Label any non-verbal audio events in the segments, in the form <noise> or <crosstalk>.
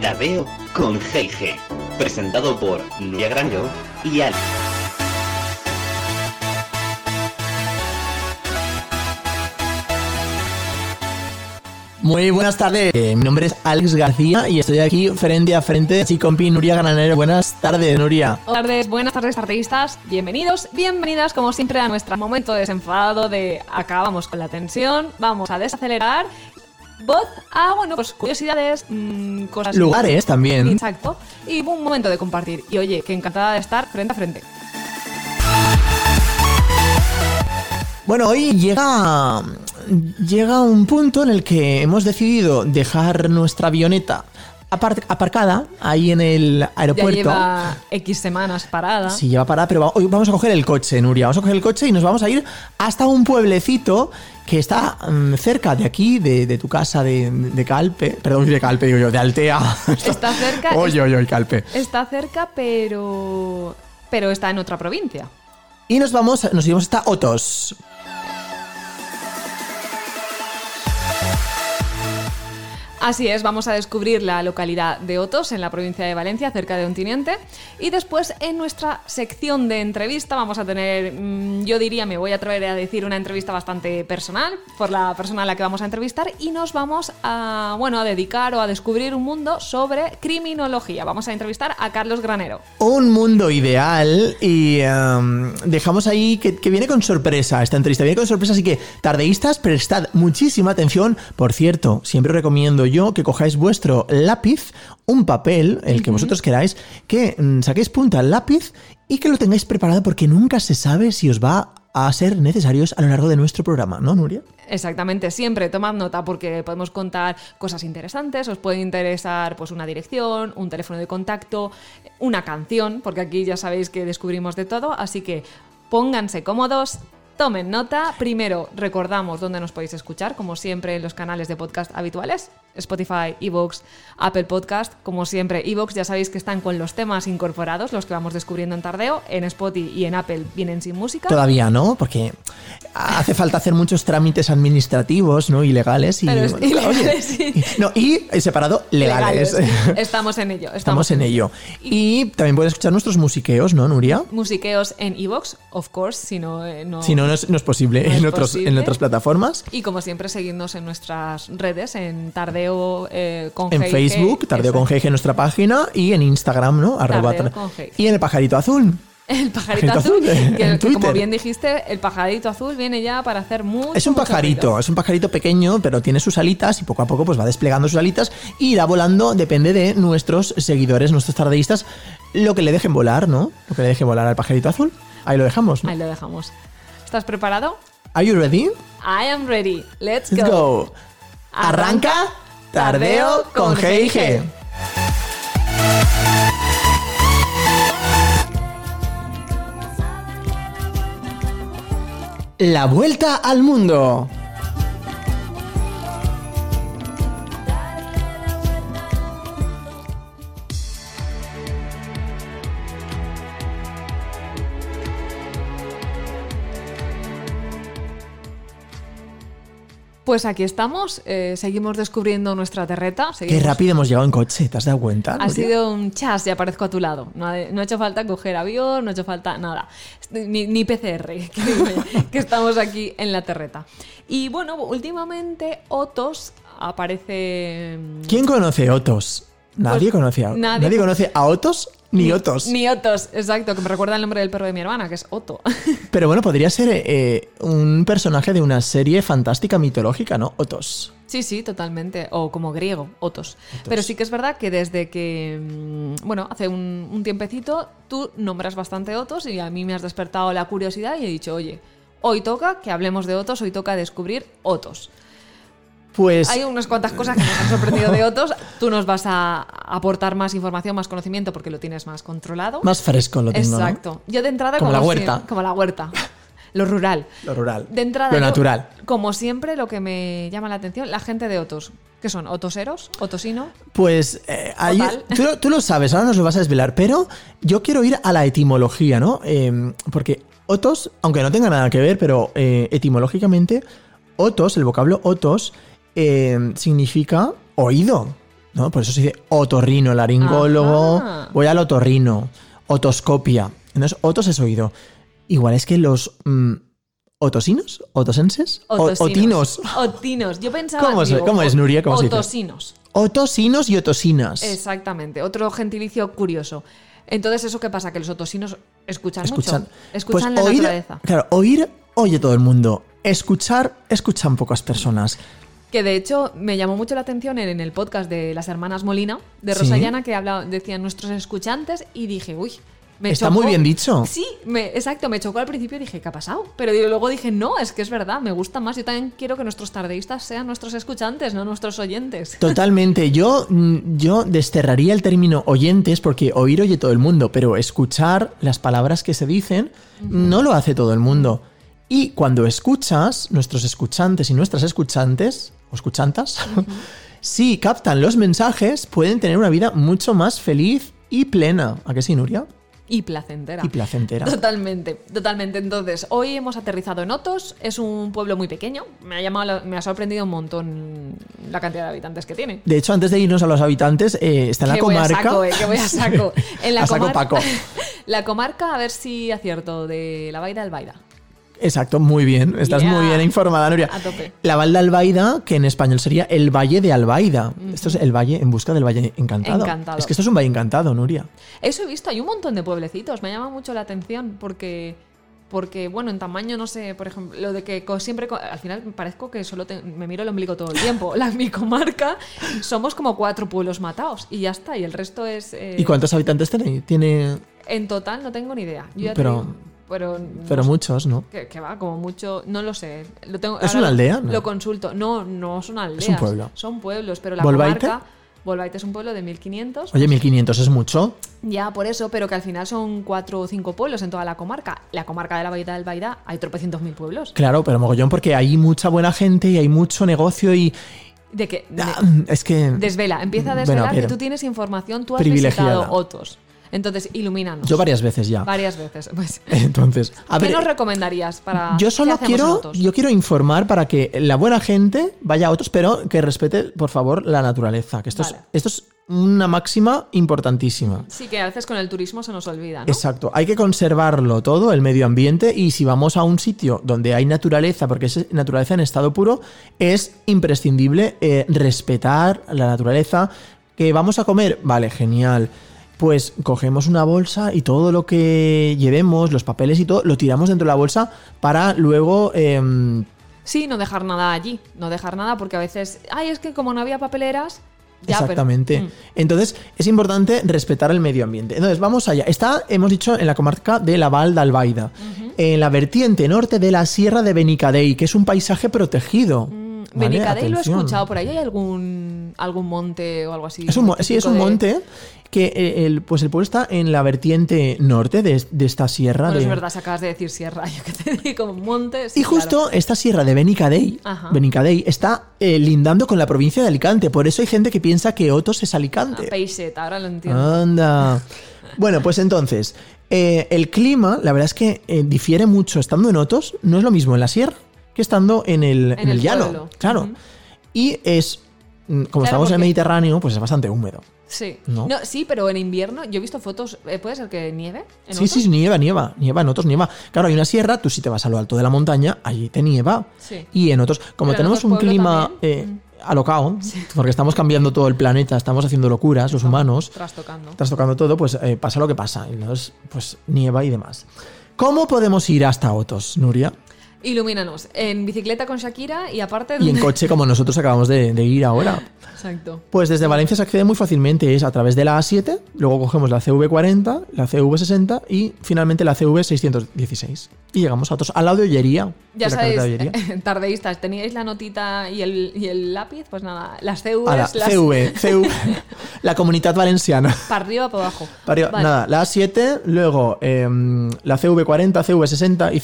Tabeo con G&G, presentado por Nuria Granjo y Al. Muy buenas tardes, Eh, mi nombre es Alex García y estoy aquí frente a frente así con Pi Nuria Granero. Buenas tardes, Nuria. Buenas tardes, buenas tardes, tardeístas. Bienvenidos, bienvenidas, como siempre, a nuestro momento desenfadado de acabamos con la tensión, vamos a desacelerar. Voz a, bueno, pues curiosidades, mm, cosas. Lugares también. Exacto. Y un momento de compartir. Y oye, que encantada de estar frente a frente. Bueno, hoy llega llega un punto en el que hemos decidido dejar nuestra avioneta apar- aparcada ahí en el Ya aeropuerto. lleva X semanas parada. Sí, lleva parada, pero va- hoy vamos a coger el coche, Nuria. Vamos a coger el coche y nos vamos a ir hasta un pueblecito que está mm, cerca de aquí, de, de tu casa de, de Calpe. Perdón, de Calpe, digo yo, de Altea. <laughs> Está cerca. Oye, oye, oye, Calpe. Está cerca, pero. Pero está en otra provincia. Y nos vamos, nos iremos hasta Otos. Así es, vamos a descubrir la localidad de Otos en la provincia de Valencia, cerca de Ontinente. Y después en nuestra sección de entrevista vamos a tener, mm, yo diría, me voy a atrever a decir una entrevista bastante personal por la persona a la que vamos a entrevistar y nos vamos a, bueno, a dedicar o a descubrir un mundo sobre criminología. Vamos a entrevistar a Carlos Granero. Un mundo ideal y em, dejamos ahí que, que viene con sorpresa esta entrevista, viene con sorpresa, así que tardeístas, prestad muchísima atención. Por cierto, siempre recomiendo yo que cojáis vuestro lápiz, un papel, el que vosotros queráis, que mm, saquéis punta al lápiz y que lo tengáis preparado porque nunca se sabe si os va a ser necesarios a lo largo de nuestro programa, ¿no, Nuria? Exactamente, siempre tomad nota porque podemos contar cosas interesantes, os puede interesar pues una dirección, un teléfono de contacto, una canción, porque aquí ya sabéis que descubrimos de todo, así que pónganse cómodos. Tomen nota, primero recordamos dónde nos podéis escuchar, como siempre en los canales de podcast habituales, Spotify, Evox, Apple Podcast, como siempre Evox, ya sabéis que están con los temas incorporados, los que vamos descubriendo en tardeo, en Spotify y en Apple vienen sin música. Todavía no, porque hace falta hacer muchos trámites administrativos, ¿no? Ilegales y... Pero es- bueno, ilegales, sí. y- <laughs> No, y eh, separado, legales. legales. Estamos en ello. <laughs> Estamos en ello. Y también puedes escuchar nuestros musiqueos, ¿no, Nuria? Musiqueos en Evox, of course, si no, eh, no. Si no, no es, no es posible, No es en, otros, en posible. otras plataformas. Y como siempre, seguidnos en nuestras redes, en Tardeo eh, con En GIG. Facebook, Tardeo con Exacto. GG en nuestra página y en Instagram, ¿no? Tardeo tra- con GG. Y en el pajarito azul. El pajarito Pajarito azul, azul, que, en que como Twitter. bien dijiste, el pajarito azul viene ya para hacer mucho. Es un mucho pajarito, ruido. es un pajarito pequeño, pero tiene sus alitas y poco a poco pues va desplegando sus alitas y irá volando, depende de nuestros seguidores, nuestros tardeístas, lo que le dejen volar, ¿no? Lo que le dejen volar al pajarito azul. Ahí lo dejamos. ¿no? Ahí lo dejamos. ¿Estás preparado? Are you ready? I am ready. Let's go. Let's go. Arranca Tardeo con G y G. La vuelta al mundo. Pues aquí estamos, eh, seguimos descubriendo nuestra terreta. Qué seguimos- rápido hemos llegado en coche, ¿te has dado cuenta? Ha Nuria? sido un chas y aparezco a tu lado. No ha, no ha hecho falta coger avión, no ha hecho falta nada. Ni, ni PCR, que, digo yo, <laughs> que estamos aquí en la terreta. Y bueno, últimamente Otos aparece... mm, ¿Quién conoce Otos? Nadie Pues, conoce a Otos. nadie- Nadie, conoce a Otos ni, Otos. Ni Otos, exacto, que me recuerda el nombre del perro de mi hermana, que es Otto. <laughs> Pero bueno, podría ser eh, un personaje de una serie fantástica mitológica, ¿no? Otos. Sí, sí, totalmente. O como griego, otos. Pero sí que es verdad que desde que, mm, bueno, hace un, un tiempecito tú nombras bastante otos y a mí me has despertado la curiosidad y he dicho, oye, hoy toca que hablemos de otos, hoy toca descubrir otos. Pues Hay unas cuantas cosas que nos han sorprendido de otos. Tú nos vas a aportar más información, más conocimiento porque lo tienes más controlado. más fresco lo tengo. ¿no? Exacto. Yo de entrada Como la si- huerta. como la huerta. Lo rural. Lo rural. De entrada. Lo yo, natural. Como siempre, lo que me llama la atención, la gente de Otos. ¿Qué son? ¿Otoseros? ¿Otosino? Pues eh, ahí- Total. tú, lo- tú lo sabes, ahora nos lo vas a desvelar, pero yo quiero ir a la etimología, ¿no? Eh, porque otos, aunque no tenga nada que ver, pero eh, etimológicamente, otos, el vocablo otos, eh, significa oído, ¿no? Por eso se dice otorrino, laringólogo, Ajá. voy al otorrino, otoscopia. Entonces, otos es oído. Igual es que los mm, otosinos, otosenses, o- otinos. Otinos. Yo pensaba. ¿Cómo se- digo, cómo es, Nuria? ¿Cómo se dice? Otosinos. Otosinos y otosinas. Exactamente. Otro gentilicio curioso. Entonces, ¿eso qué pasa? Que los otosinos escuchan, escuchan. Pues mucho. Escuchan la oír, naturaleza. Claro, oír oye todo el mundo. Escuchar, escuchan pocas personas. Que de hecho me llamó mucho la atención en, en el podcast de las hermanas Molina, de Sí. Rosallana, que habla, decían nuestros escuchantes, y dije, uy, me Está chocó. muy bien dicho. Sí, me- exacto, me chocó al principio y dije, ¿qué ha pasado? Pero di- luego dije, no, es que es verdad, me gusta más. Yo también quiero que nuestros tardeístas sean nuestros escuchantes, no nuestros oyentes. <laughs> Totalmente. Yo, mm, yo desterraría el término oyentes porque oír oye todo el mundo, pero escuchar las palabras que se dicen no lo hace todo el mundo. Y cuando escuchas, nuestros escuchantes y nuestras escuchantes, o escuchantas, <laughs> si captan los mensajes, pueden tener una vida mucho más feliz y plena. ¿A qué sí, Nuria? Y placentera. Y placentera. Totalmente, totalmente. Entonces, hoy hemos aterrizado en Otos, es un pueblo muy pequeño, me ha, llamado, la- me ha sorprendido un montón la cantidad de habitantes que tiene. De hecho, antes de irnos a los habitantes, eh, está en la Que voy a comarca. saco, eh, que voy <laughs> a saco. En la A saco comar- Paco. <laughs> La comarca, a ver si acierto, de la Baida al Baida. Exacto, muy bien. Estás Yeah. muy bien informada, Nuria. A tope. La Val de Albaida, que en español sería el Valle de Albaida. Esto es el Valle en busca del Valle Encantado. Encantado. Es que esto es un Valle Encantado, Nuria. Eso he visto, hay un montón de pueblecitos, me llama mucho la atención porque... Porque, bueno, en tamaño, no sé, por ejemplo, lo de que co- siempre, co- al final parezco que solo te- me miro el ombligo todo el tiempo. <laughs> La, mi comarca somos como cuatro pueblos matados y ya está, y el resto es... eh, ¿Y cuántos habitantes tiene? Tiene, En total no tengo ni idea. Yo ya te Pero- digo, pero, pero no sé, muchos, ¿no? que, que va, como mucho, no lo sé. Lo tengo, ¿Es ahora una lo- aldea, no? Lo consulto. No, no son aldeas. pueblo. Son pueblos, pero la ¿Bolbaite? comarca... Bolbaite es un pueblo de 1500. Oye, 1500 es mucho. Ya, por eso, pero que al final son cuatro o cinco pueblos en toda la comarca. La comarca de la Bahía del Baida hay tropecientos mil pueblos. Claro, pero mogollón, porque hay mucha buena gente y hay mucho negocio y. De que... de- Ah, es que. desvela, empieza a Bueno, desvelar mira. que tú tienes información, tú has Privilegiada. visitado Otos. Entonces, ilumínanos. Yo varias veces ya. varias veces. Pues, <laughs> Entonces, a ¿Qué ver, nos recomendarías para... Yo qué solo hacemos en quiero, Otos? yo quiero informar para que la buena gente vaya a otros, pero que respete, por favor, la naturaleza. Que esto, es, Vale. esto es una máxima importantísima. Sí, que a veces con el turismo se nos olvida, ¿no? Exacto, hay que conservarlo todo, el medio ambiente, y si vamos a un sitio donde hay naturaleza, porque es naturaleza en estado puro, es imprescindible eh, respetar la naturaleza. ¿Que vamos a comer? Vale, genial. Pues cogemos una bolsa y todo lo que llevemos, los papeles y todo, lo tiramos dentro de la bolsa para luego... em, Sí, no dejar nada allí, no dejar nada porque a veces, ay, es que como no había papeleras, ya, pero- Exactamente. Mm. Entonces, es importante respetar el medio ambiente. Entonces, vamos allá. Está, hemos dicho, en la comarca de la Val de Albaida, en la vertiente norte de la Sierra de Benicadei, que es un paisaje protegido. Mm, ¿Vale? Benicadell lo he Atención. escuchado por ahí, ¿hay algún, algún monte o algo así? Es un, mo- sí, es típico un de- monte que eh, el, pues el pueblo está en la vertiente norte de, es- de esta sierra. Bueno, de- es verdad, se acabas de decir sierra, <laughs> yo que te digo, como monte. sí, Y justo esta sierra de Benicadei, Ajá. Benicadei está eh, lindando con la provincia de Alicante. Por eso hay gente que piensa que Otos es claro. Alicante. Ah, Peixet, ahora lo entiendo. Ah, Anda. Bueno, pues entonces, eh, el clima, la verdad es que eh, difiere mucho estando en Otos, no es lo mismo en la sierra que estando en el, En en el el llano. pueblo. Claro. Ujú. Y es, mm, como Claro, estamos en el porque- Mediterráneo, pues es bastante húmedo. Sí. No. No, sí, pero en invierno yo he visto fotos, eh, ¿puede ser que nieve? en Sí, Otos? sí, sí, nieva, nieva, nieva, en otros nieva. Claro, hay una sierra, tú si te vas a lo alto de la montaña, allí te nieva. Sí. Y en otros, como Pero en tenemos otros un pueblos clima también. Mm. eh, alocao, porque estamos cambiando todo el planeta, estamos haciendo locuras los humanos, Trastocando. estás tocando todo, pues eh, pasa lo que pasa. Y entonces, pues nieva y demás. ¿Cómo podemos ir hasta Otos, Nuria? Ilumínanos, en bicicleta con Shakira y aparte... Y en ¿dónde? coche, como nosotros acabamos de, de ir ahora. <laughs> Exacto. Pues desde Valencia se accede muy fácilmente, es a través de la A7, luego cogemos la CV40, la CV60 y finalmente la CV616. Y llegamos a Otos, al lado de Ollería. Ya de la carretera de sabéis, <laughs> Ollería. tardeístas, teníais la notita y el, y el lápiz, pues nada, las CVs, A la las CV, CV, <laughs> la Comunidad <laughs> Valenciana. para arriba para abajo. Para arriba, Vale. Nada, la A7, luego em, la CV40, CV60 y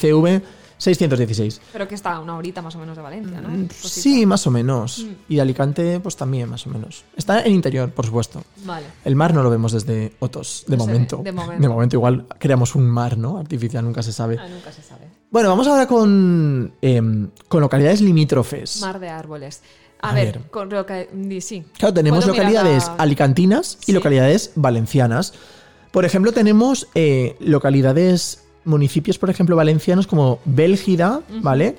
616. Pero que está a una horita más o menos de Valencia, ¿no? Pues Cosita. Mm, Mm. Sí, más o menos. Y Alicante, pues también, más o menos. Está en interior, por supuesto. Vale. El mar no lo vemos desde Otos, de, No se momento. ve, de momento. igual creamos un mar, ¿no? Artificial, nunca se sabe. Ah, nunca se sabe. Bueno, vamos ahora con, em, con localidades limítrofes. Mar de árboles. A, A ver, ver. con roca- di- sí. Claro, tenemos Puedo mirar localidades la- alicantinas y Sí. localidades valencianas. Por ejemplo, tenemos eh, localidades, municipios, por ejemplo, valencianos como Bélgida, ¿vale?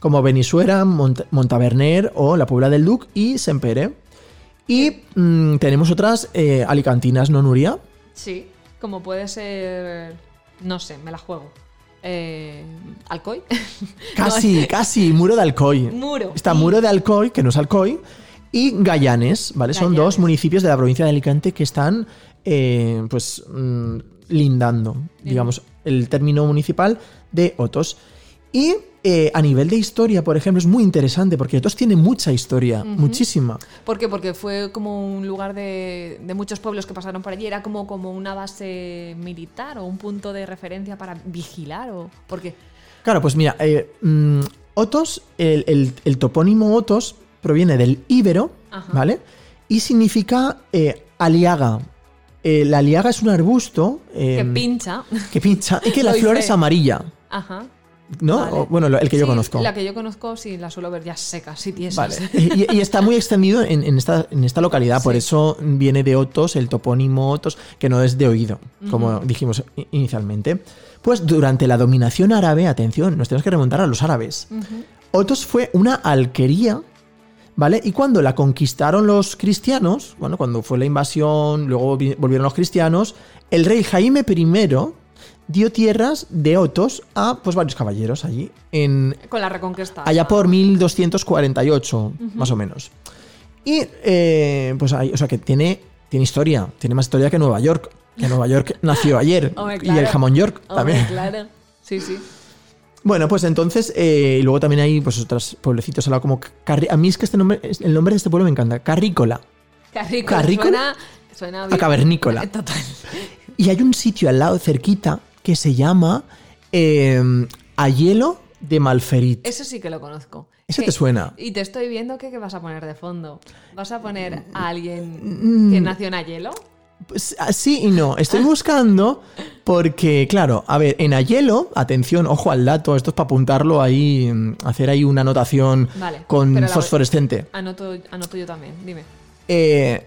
Como Benisuera, Mont- Montaverner o la Puebla del Duc y Sempere. Y mm, tenemos otras eh, alicantinas, ¿no, <laughs> Nuria? Sí, como puede ser. No sé, me la juego. Eh, Alcoy. Casi, casi, Muro de Alcoy. Muro. <laughs> Está Muro de Alcoy, que no es Alcoy, y Gallanes, ¿vale? Son Gallanes. dos municipios de la provincia de Alicante que están, eh, pues, mm, lindando, digamos, el término municipal de Otos. Y eh, a nivel de historia, por ejemplo, es muy interesante porque Otos tiene mucha historia, muchísima. ¿Por qué? Porque fue como un lugar de, de muchos pueblos que pasaron por allí. Era como, como una base militar o un punto de referencia para vigilar. o Porque Claro, pues mira, eh, mm, Otos, el, el- el topónimo Otos proviene del íbero, Ajá. ¿vale? Y significa eh, aliaga. Eh, la aliaga es un arbusto que em, pincha. <laughs> que pincha y que la Lo flor hice. es amarilla, Ajá. ¿no? Vale. O, bueno, lo- el que yo Sí, conozco. La que yo conozco, sí, la suelo ver ya seca, sí, tiesa. Vale. Y, y está muy extendido en, en esta, en esta localidad, por Sí. eso viene de Otos, el topónimo Otos, que no es de oído, como dijimos i- inicialmente. Pues durante la dominación árabe, atención, nos tenemos que remontar a los árabes. Otos fue una alquería, ¿vale? Y cuando la conquistaron los cristianos, bueno, cuando fue la invasión, luego vi- volvieron los cristianos, el rey Jaime I dio tierras de Otos a pues varios caballeros allí en, Con la reconquista. allá por 1248, más o menos. Y, eh, pues, ahí, o sea, que tiene, tiene historia, tiene más historia que Nueva York. Que Nueva York nació ayer. <laughs> Hombre, Y el claro. jamón York Hombre, también. claro. <laughs> Sí, sí. Bueno, pues entonces, eh, y luego también hay pues otros pueblecitos, al lado como Carri- a mí es que este nombre, es- el nombre de este pueblo me encanta, Carrícola. Carrícola. ¿Carrícola? Suena, suena A cavernícola. <laughs> Total. Y hay un sitio al lado, cerquita, que se llama eh, Ayelo de Malferit. Eso sí que lo conozco. ¿Ese Que- te suena? Y te estoy viendo que, que vas a poner de fondo. ¿Vas a poner a Mm. alguien que nació en Ayelo? Pues, ah, Sí y no. <laughs> Estoy buscando porque, claro, a ver, en Ayelo, atención, ojo al dato, esto es para apuntarlo ahí, mm, hacer ahí una anotación Vale, con pero la voy- fosforescente. Anoto, anoto yo también, dime. Eh,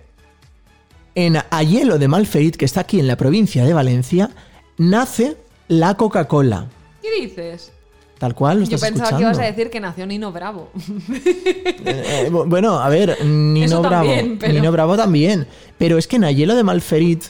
en Ayelo de Malferit, que está aquí en la provincia de Valencia, nace la Coca-Cola. ¿Qué dices? Tal cual, lo Yo estás pensaba que escuchando. ibas a decir que nació Nino Bravo. <laughs> Eh, eh, bu- bueno, a ver, Nino Eso Bravo. también, pero- Nino Bravo también. Pero es que en Ayelo de Malferit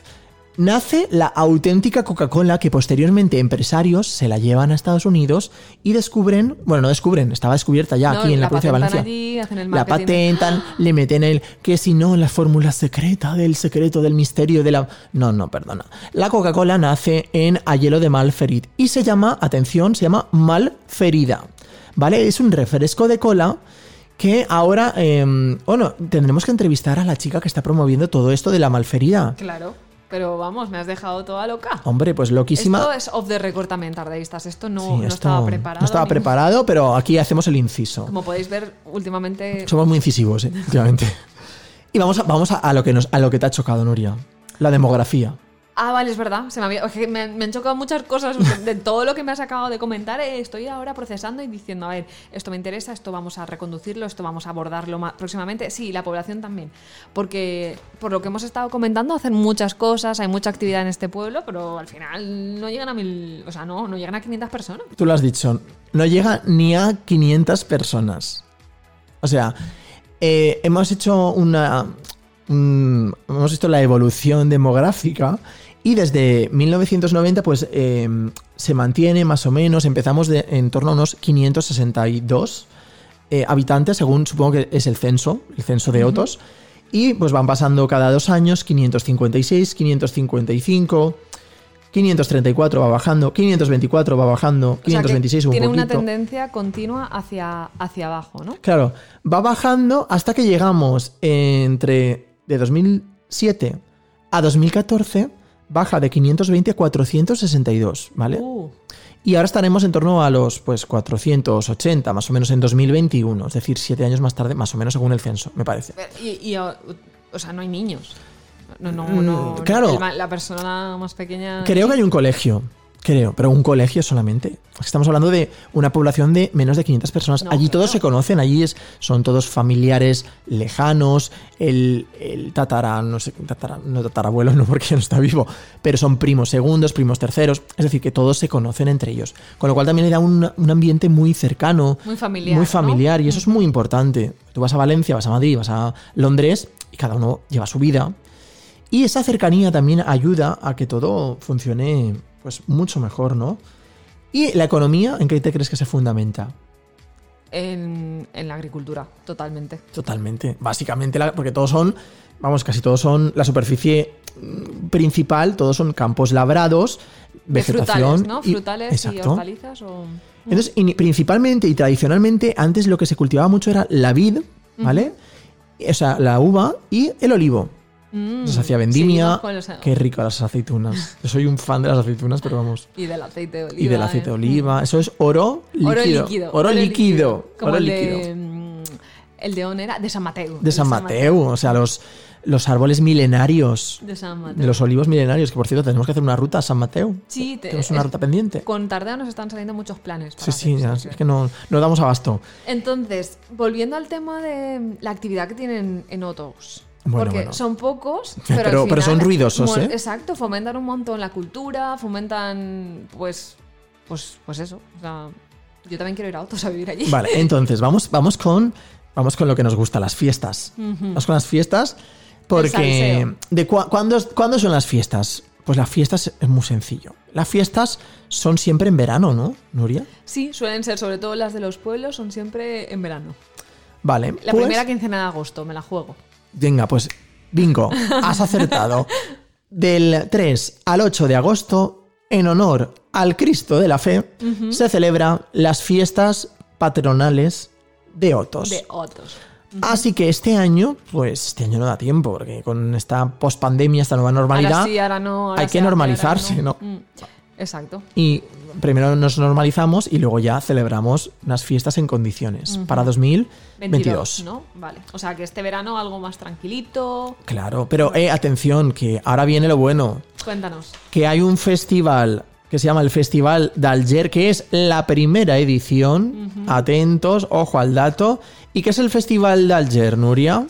nace la auténtica Coca-Cola que posteriormente empresarios se la llevan a Estados Unidos y descubren, bueno, no descubren, estaba descubierta ya No, aquí en la, provincia de patentan Valencia. allí, hacen el la marketing. patentan, le meten el que si no, la fórmula secreta del secreto, del misterio, de la. No, no, perdona. La Coca-Cola nace en Ayelo de Malferit y se llama, atención, se llama Malferida. ¿Vale? Es un refresco de cola que ahora. eh, bueno, tendremos que entrevistar a la chica que está promoviendo todo esto de la Malferida. Claro, pero vamos, me has dejado toda loca. Hombre, pues loquísima. Esto es off the record también, tardeístas. Esto no, Sí, no esto estaba preparado. No estaba ni- preparado, pero aquí hacemos el inciso. Como podéis ver, últimamente Somos muy incisivos, eh, últimamente. Y vamos, a, vamos a, a lo que nos, a lo que te ha chocado, Nuria. La demografía. Ah, vale, es verdad. Se me, había- es que me han- me han chocado muchas cosas <laughs> de todo lo que me has acabado de comentar. eh, estoy ahora procesando y diciendo, a ver, esto me interesa, esto vamos a reconducirlo, esto vamos a abordarlo ma- próximamente. Sí, la población también. Porque por lo que hemos estado comentando, hacen muchas cosas, hay mucha actividad en este pueblo, pero al final no llegan a mil, o sea, no, no llegan a 500 personas. Tú lo has dicho. No llega ni a 500 personas. O sea, eh, hemos hecho una. un- hemos visto la evolución demográfica. Y desde 1990, pues eh, se mantiene más o menos. Empezamos de- en torno a unos 562 eh, habitantes, según supongo que es el censo, el censo de Otos. Y pues van pasando cada dos años 556, 555, 534 va bajando, 524 va bajando, O sea, que 526 un tiene poquito. una tendencia continua hacia, hacia abajo, ¿no? Claro, va bajando hasta que llegamos entre de 2007 a 2014 baja de 520 a 462, ¿vale? Uh, Y ahora estaremos en torno a los pues 480, más o menos en 2021, es decir, siete años más tarde, más o menos según el censo, me parece. Y, y, o o sea, no hay niños. No, no, no. Mm, claro. el ma- la persona más pequeña. Creo que hay un colegio. Creo, pero un colegio solamente. Estamos hablando de una población de menos de 500 personas. No, allí claro. todos se conocen, allí es, son todos familiares lejanos, el, el tatara, no sé, tatara- no tatarabuelo, <laughs> no porque ya no está vivo, pero son primos segundos, primos terceros, es decir, que todos se conocen entre ellos. Con lo cual también le da un, un ambiente muy cercano, Muy familiar, muy ¿no? familiar, y eso es muy importante. Tú vas a Valencia, vas a Madrid, vas a Londres, y cada uno lleva su vida, y esa cercanía también ayuda a que todo funcione pues mucho mejor, ¿no? ¿Y la economía en qué te crees que se fundamenta? En, en la agricultura, totalmente. Totalmente. Básicamente, la- porque todos son, vamos, casi todos son la superficie mm, principal, todos son campos labrados, De vegetación. frutales, ¿no? y- Frutales y, exacto. hortalizas. O... Entonces, ini- principalmente y tradicionalmente, antes lo que se cultivaba mucho era la vid, ¿vale? O sea, la uva y el olivo. Mm, Se hacía seguimos vendimia. con los- Qué rico las aceitunas. Yo soy un fan de las aceitunas, pero vamos. Y del aceite de oliva. Y del aceite de ¿eh? mm. oliva. Eso es oro líquido. Oro líquido. Oro líquido. Como oro el líquido. de. mm, El de On era de San Mateo. De San Mateo. O sea, los, los árboles milenarios. De San Mateo. De los olivos milenarios. Que por cierto, tenemos que hacer una ruta a San Mateo. Sí, te- tenemos una es- ruta pendiente. Con Tardeo nos están saliendo muchos planes. Sí, para sí, hacer, este ya, es que no, no damos abasto. Entonces, volviendo al tema de la actividad que tienen en Otos. Bueno, porque bueno. son pocos, <laughs> Pero- pero, al pero final son ruidosos, mon- ¿eh? Exacto, fomentan un montón la cultura, fomentan, pues, pues, pues eso. O sea, yo también quiero ir a Otos a vivir allí. Vale, entonces vamos, vamos, con, vamos con lo que nos gusta, las fiestas. Vamos con las fiestas. Porque. salseo. ¿de cua- cuándo, ¿Cuándo son las fiestas? Pues las fiestas es muy sencillo. Las fiestas son siempre en verano, ¿no, Nuria? Sí, suelen ser, sobre todo las de los pueblos, son siempre en verano. Vale. La pues- primera quincena de agosto, me la juego. Venga, pues <laughs> bingo, has acertado. Del 3 al 8 de agosto, en honor al Cristo de la Fe, se celebran las fiestas patronales de Otos. De Otos. Así que este año, pues este año no da tiempo, porque con esta pospandemia, esta nueva normalidad, Ahora sí, ahora no. ahora hay sí, que ahora sí, ahora normalizarse, ¿no? Mm, Exacto. Y primero nos normalizamos y luego ya celebramos unas fiestas en condiciones para 2022. ¿no? Vale. O sea, que este verano algo más tranquilito. Claro, pero eh, atención, que ahora viene lo bueno. Cuéntanos. que hay un festival que se llama el Festival d'Alger, que es la primera edición, atentos, ojo al dato, y que es el Festival d'Alger, Nuria.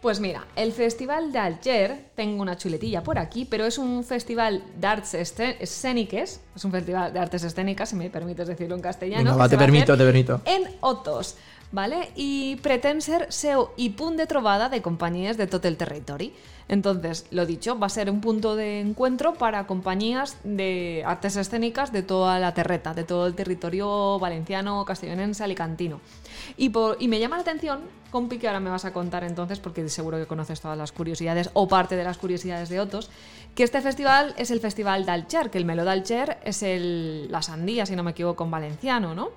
Pues mira, el Festival de Alger, tengo una chuletilla por aquí, pero es un festival de artes escé- escénicas, es un festival de artes escénicas, si me permites decirlo en castellano. Venga, que va, se te va a permito, hacer te permito. En Otos, ¿vale? Y pretén ser SEO y punt de trovada de compañías de todo el territorio. Entonces, lo dicho, va a ser un punto de encuentro para compañías de artes escénicas de toda la terreta, de todo el territorio valenciano, castellonense, alicantino. Y, por- y me llama la atención, compi, que ahora me vas a contar entonces, porque seguro que conoces todas las curiosidades o parte de las curiosidades de Otos, que este festival es el Festival d'Alcher, que el Meló d'Alcher es el, la sandía, si no me equivoco, en valenciano, ¿no?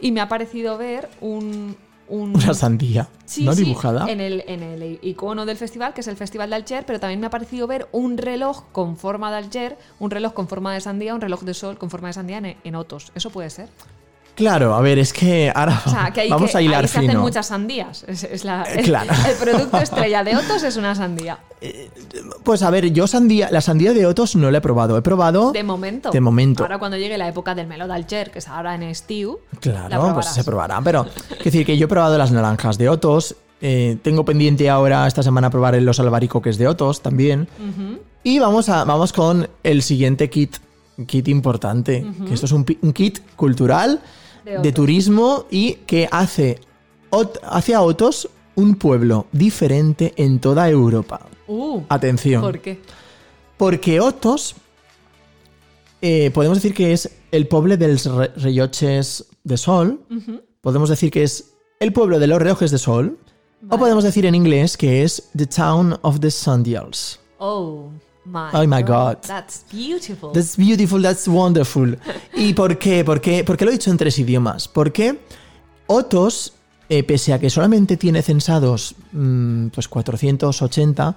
Y me ha parecido ver un... un- Una sandía, Sí, ¿no? sí, Dibujada. en el, en el icono del festival, que es el Festival de Alger, pero también me ha parecido ver un reloj con forma de Alger, un reloj con forma de sandía, un reloj de sol con forma de sandía en, en Otos. Eso puede ser. Claro, a ver, es que ahora O sea, que ahí, Ah, vamos que a hilar ahí se hacen fino. muchas sandías. Es, es la, Eh, claro. El <laughs> producto estrella de Otos es una sandía. Pues a ver, yo sandía, la sandía de Otos no la he probado, he probado... De momento. Oh, De momento. Ahora cuando llegue la época del meló d'Alger, que es ahora en Stew. la Claro, pues probarás. se probará. Pero, es decir, que yo he probado las naranjas de Otos. eh, tengo pendiente ahora esta semana probar el- los albaricoques de Otos también. Y vamos, a, vamos con el siguiente kit. Kit importante. Que esto es un, pi- un kit cultural De de, Otos. turismo y que hace, Ot- hace a Otos un pueblo diferente en toda Europa. Uh, Atención. ¿Por qué? Porque Otos, eh, podemos decir que es el pueblo de los relojes de sol, podemos decir que es el pueblo de los relojes de sol, o Vale. podemos decir en inglés que es The Town of the Sundials. Oh my, Oh my God. That's beautiful. That's beautiful, that's wonderful. ¿Y por qué? ¿Por qué, por qué lo he dicho en tres idiomas? Porque Otos, eh, pese a que solamente tiene censados mm, pues 480,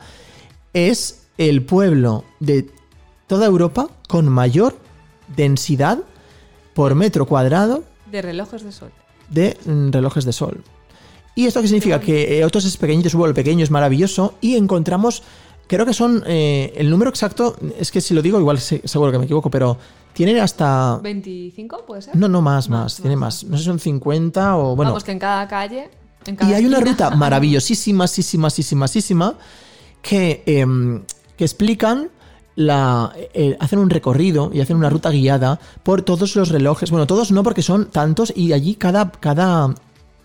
es el pueblo de toda Europa con mayor densidad por metro cuadrado De relojes de sol. de mm, relojes de sol. ¿Y esto qué significa? Que eh, Otos es pequeñito, su vuelo pequeño es maravilloso y encontramos, creo que son, eh, el número exacto, es que si lo digo igual se- seguro que me equivoco, pero tienen hasta... ¿25 puede ser? No, no, más, más, Más, tiene más. más. No sé si son 50 o bueno. Vamos, que en cada calle. En cada Y hay una esquina. ruta maravillosísima, sísima, sísima, sísima, que, em, que explican, la, eh, hacen un recorrido y hacen una ruta guiada por todos los relojes. Bueno, todos no porque son tantos y allí cada, cada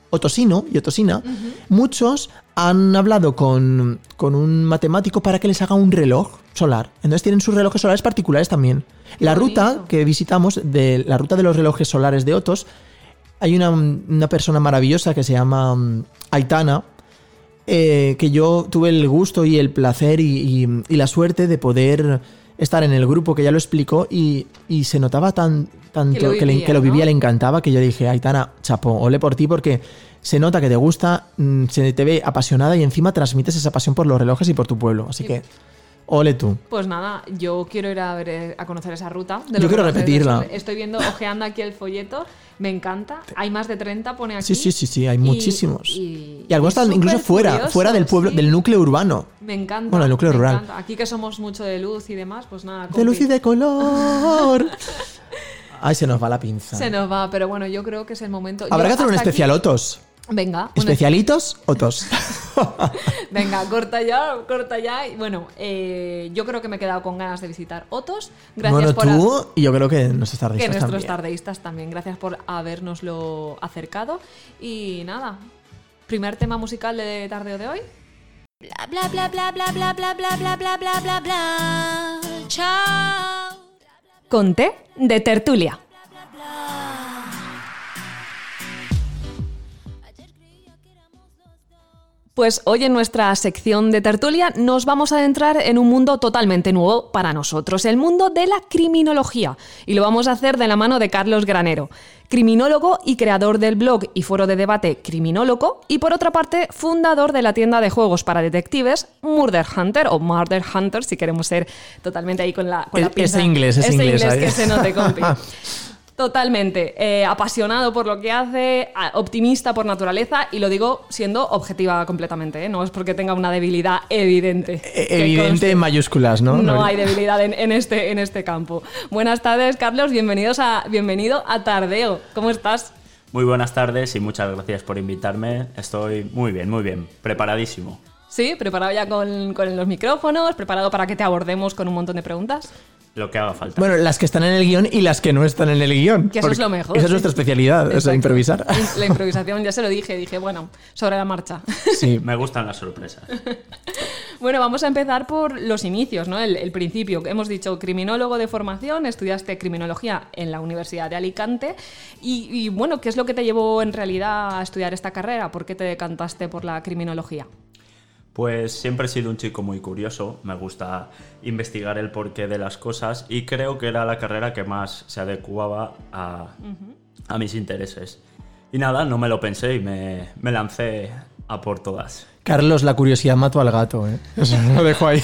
otosino y otosina, muchos han hablado con, con un matemático para que les haga un reloj solar. Entonces tienen sus relojes solares particulares también. La ruta bonito. que visitamos, de la ruta de los relojes solares de Otos, hay una, una persona maravillosa que se llama mm, Aitana, eh, que yo tuve el gusto y el placer y, y- y la suerte de poder estar en el grupo que ya lo explicó y, y se notaba tan, tanto que, Que lo le- vivía, que lo ¿no? vivía, le encantaba, que yo dije, Aitana, chapo, ole por ti porque se nota que te gusta, mm, se te ve apasionada y encima transmites esa pasión por los relojes y por tu pueblo. Así Sí. que, ole tú. Pues nada, yo quiero ir a ver eh, a conocer esa ruta. de Yo los quiero relojes de repetirla. sol. Estoy viendo, ojeando aquí el folleto, me encanta. Hay más de 30, pone aquí. Sí, sí, sí, sí, hay Y- muchísimos. Y, Y algunos están incluso fuera, supercuriosos, fuera del pueblo, sí. del núcleo urbano. Me encanta. Bueno, el núcleo me rural. encanta. Aquí que somos mucho de luz y demás, pues nada. De compi, luz y de <laughs> color. Ay, se nos va la pinza. Se nos va, pero bueno, yo creo que es el momento. Habrá Yo que hacer un hasta aquí- especial Otos. Venga, un ¿Especialitos? <laughs> Otos. Venga, corta ya, corta ya. Y bueno, eh, yo creo que me he quedado con ganas de visitar Otos. Gracias bueno, por tú y yo creo que nuestros a- que tardistas nuestros también. tardeístas también. Gracias por habernoslo acercado. Y nada, primer tema musical de tardeo de hoy. Bla bla bla bla bla bla bla bla bla bla bla bla bla. Chao. Con T de tertulia. Pues hoy en nuestra sección de tertulia nos vamos a adentrar en un mundo totalmente nuevo para nosotros, el mundo de la criminología. Y lo vamos a hacer de la mano de Carlos Granero, criminólogo y creador del blog y foro de debate Criminólogo, y por otra parte, fundador de la tienda de juegos para detectives Murder Hunter, o Murder Hunter, si queremos ser totalmente ahí con la, con la Es- pinza. ese inglés, ese Ese inglés, Ah, ahí. que se <laughs> note, compi. Totalmente. eh, apasionado por lo que hace, a- optimista por naturaleza y lo digo siendo objetiva completamente. ¿eh? No es porque tenga una debilidad evidente. E- Que Evidente conste. en mayúsculas, ¿no? No, hay debilidad en, en este, en este campo. Buenas tardes, Carlos. Bienvenidos a, bienvenido a Tardeo. ¿Cómo estás? Muy buenas tardes y muchas gracias por invitarme. Estoy muy bien, muy bien, preparadísimo. Sí, preparado ya con, con los micrófonos, preparado para que te abordemos con un montón de preguntas. Lo que haga falta. Bueno, las que están en el guión y las que no están en el guión. Que eso es porque lo mejor, Esa sí. es nuestra especialidad, o sea, Exacto. improvisar. <laughs> La improvisación, ya se lo dije, dije, bueno, sobre la marcha. Sí. Me gustan las sorpresas. Bueno, vamos a empezar por los inicios, ¿no? El, el principio. Hemos dicho criminólogo de formación, estudiaste criminología en la Universidad de Alicante. Y, y, bueno, ¿qué es lo que te llevó en realidad a estudiar esta carrera? ¿Por qué te decantaste por la criminología? Pues siempre he sido un chico muy curioso, me gusta investigar el porqué de las cosas y creo que era la carrera que más se adecuaba a, a mis intereses. Y nada, no me lo pensé y me, me lancé a por todas. Carlos, la curiosidad mató al gato, ¿eh? O sea, lo dejo ahí.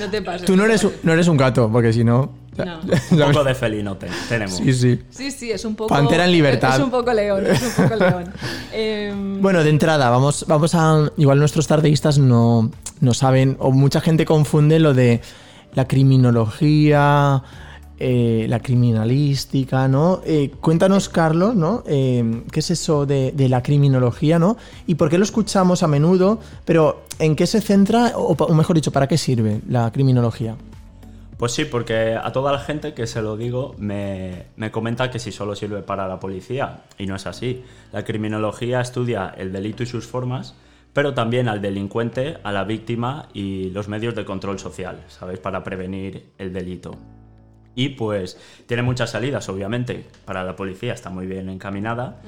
No te pases. Tú no eres, un- no eres un gato, porque si no. No. Un poco de felino te- tenemos. Sí, sí. Sí, sí, es un poco. Pantera en libertad. Es un poco león, es un <laughs> poco león. Em, Bueno, de entrada, vamos, vamos a. Igual nuestros tardeístas no, no saben, o mucha gente confunde lo de la criminología, eh, la criminalística, ¿no? Eh, cuéntanos, Carlos, ¿no? Eh, ¿Qué es eso de, de la criminología, ¿no? ¿Y por qué lo escuchamos a menudo? Pero, ¿en qué se centra, o, pa- o mejor dicho, para qué sirve la criminología? Pues sí, porque a toda la gente que se lo digo me, me comenta que si solo sirve para la policía, y no es así. La criminología estudia el delito y sus formas, pero también al delincuente, a la víctima y los medios de control social, ¿sabéis? Para prevenir el delito. Y pues tiene muchas salidas, obviamente. Para la policía está muy bien encaminada,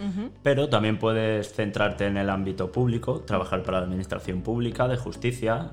pero también puedes centrarte en el ámbito público, trabajar para la administración pública, de justicia.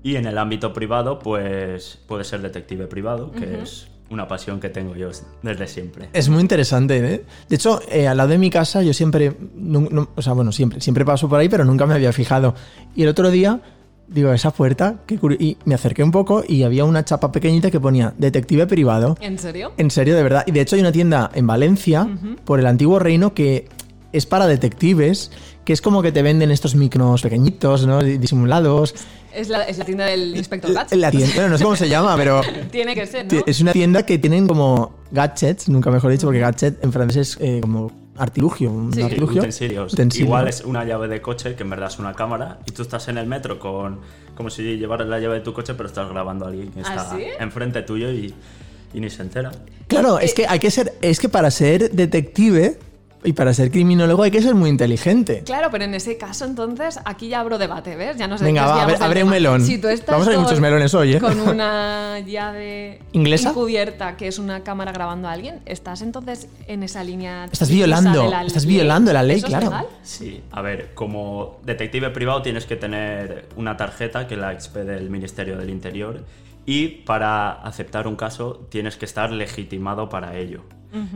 Y en el ámbito privado, pues puedes ser detective privado, que es una pasión que tengo yo desde siempre. Es muy interesante, ¿eh? De hecho, eh, al lado de mi casa yo siempre, nu- nu- o sea, bueno, siempre, siempre paso por ahí, pero nunca me había fijado. Y el otro día digo, esa puerta, qué curio- y me acerqué un poco y había una chapa pequeñita que ponía detective privado. ¿En serio? En serio, de verdad. Y de hecho hay una tienda en Valencia, por el antiguo reino, que es para detectives, que es como que te venden estos micros pequeñitos, ¿no? Disimulados. Es la, es la tienda del inspector Gadget. La tienda, bueno, no sé cómo se llama, pero Tiene que ser, ¿no? ti- es una tienda que tienen como gadgets, nunca mejor dicho, porque gadget en francés es eh, como artilugio, un Sí. artilugio. Utensilios. Utensilio. Igual es una llave de coche que en verdad es una cámara y tú estás en el metro con como si llevaras la llave de tu coche pero estás grabando a alguien que ¿Ah, está sí? enfrente tuyo y, y ni se entera. Eh, Claro, es que hay que ser, es que para ser detective y para ser criminólogo hay que ser muy inteligente. Claro, pero en ese caso, entonces, aquí ya abro debate, ¿ves? Ya nos Venga, va, desviamos abre- del abre tema. un melón. Si tú estás Vamos a abrir con- muchos melones hoy, ¿eh? <laughs> Con una llave ¿Inglesa? encubierta, que es una cámara grabando a alguien, estás entonces en esa línea. Estás divisa violando, de la estás ley. violando la ley, ¿Eso es claro. legal? Sí, a ver, como detective privado tienes que tener una tarjeta que la expede el Ministerio del Interior y para aceptar un caso tienes que estar legitimado para ello.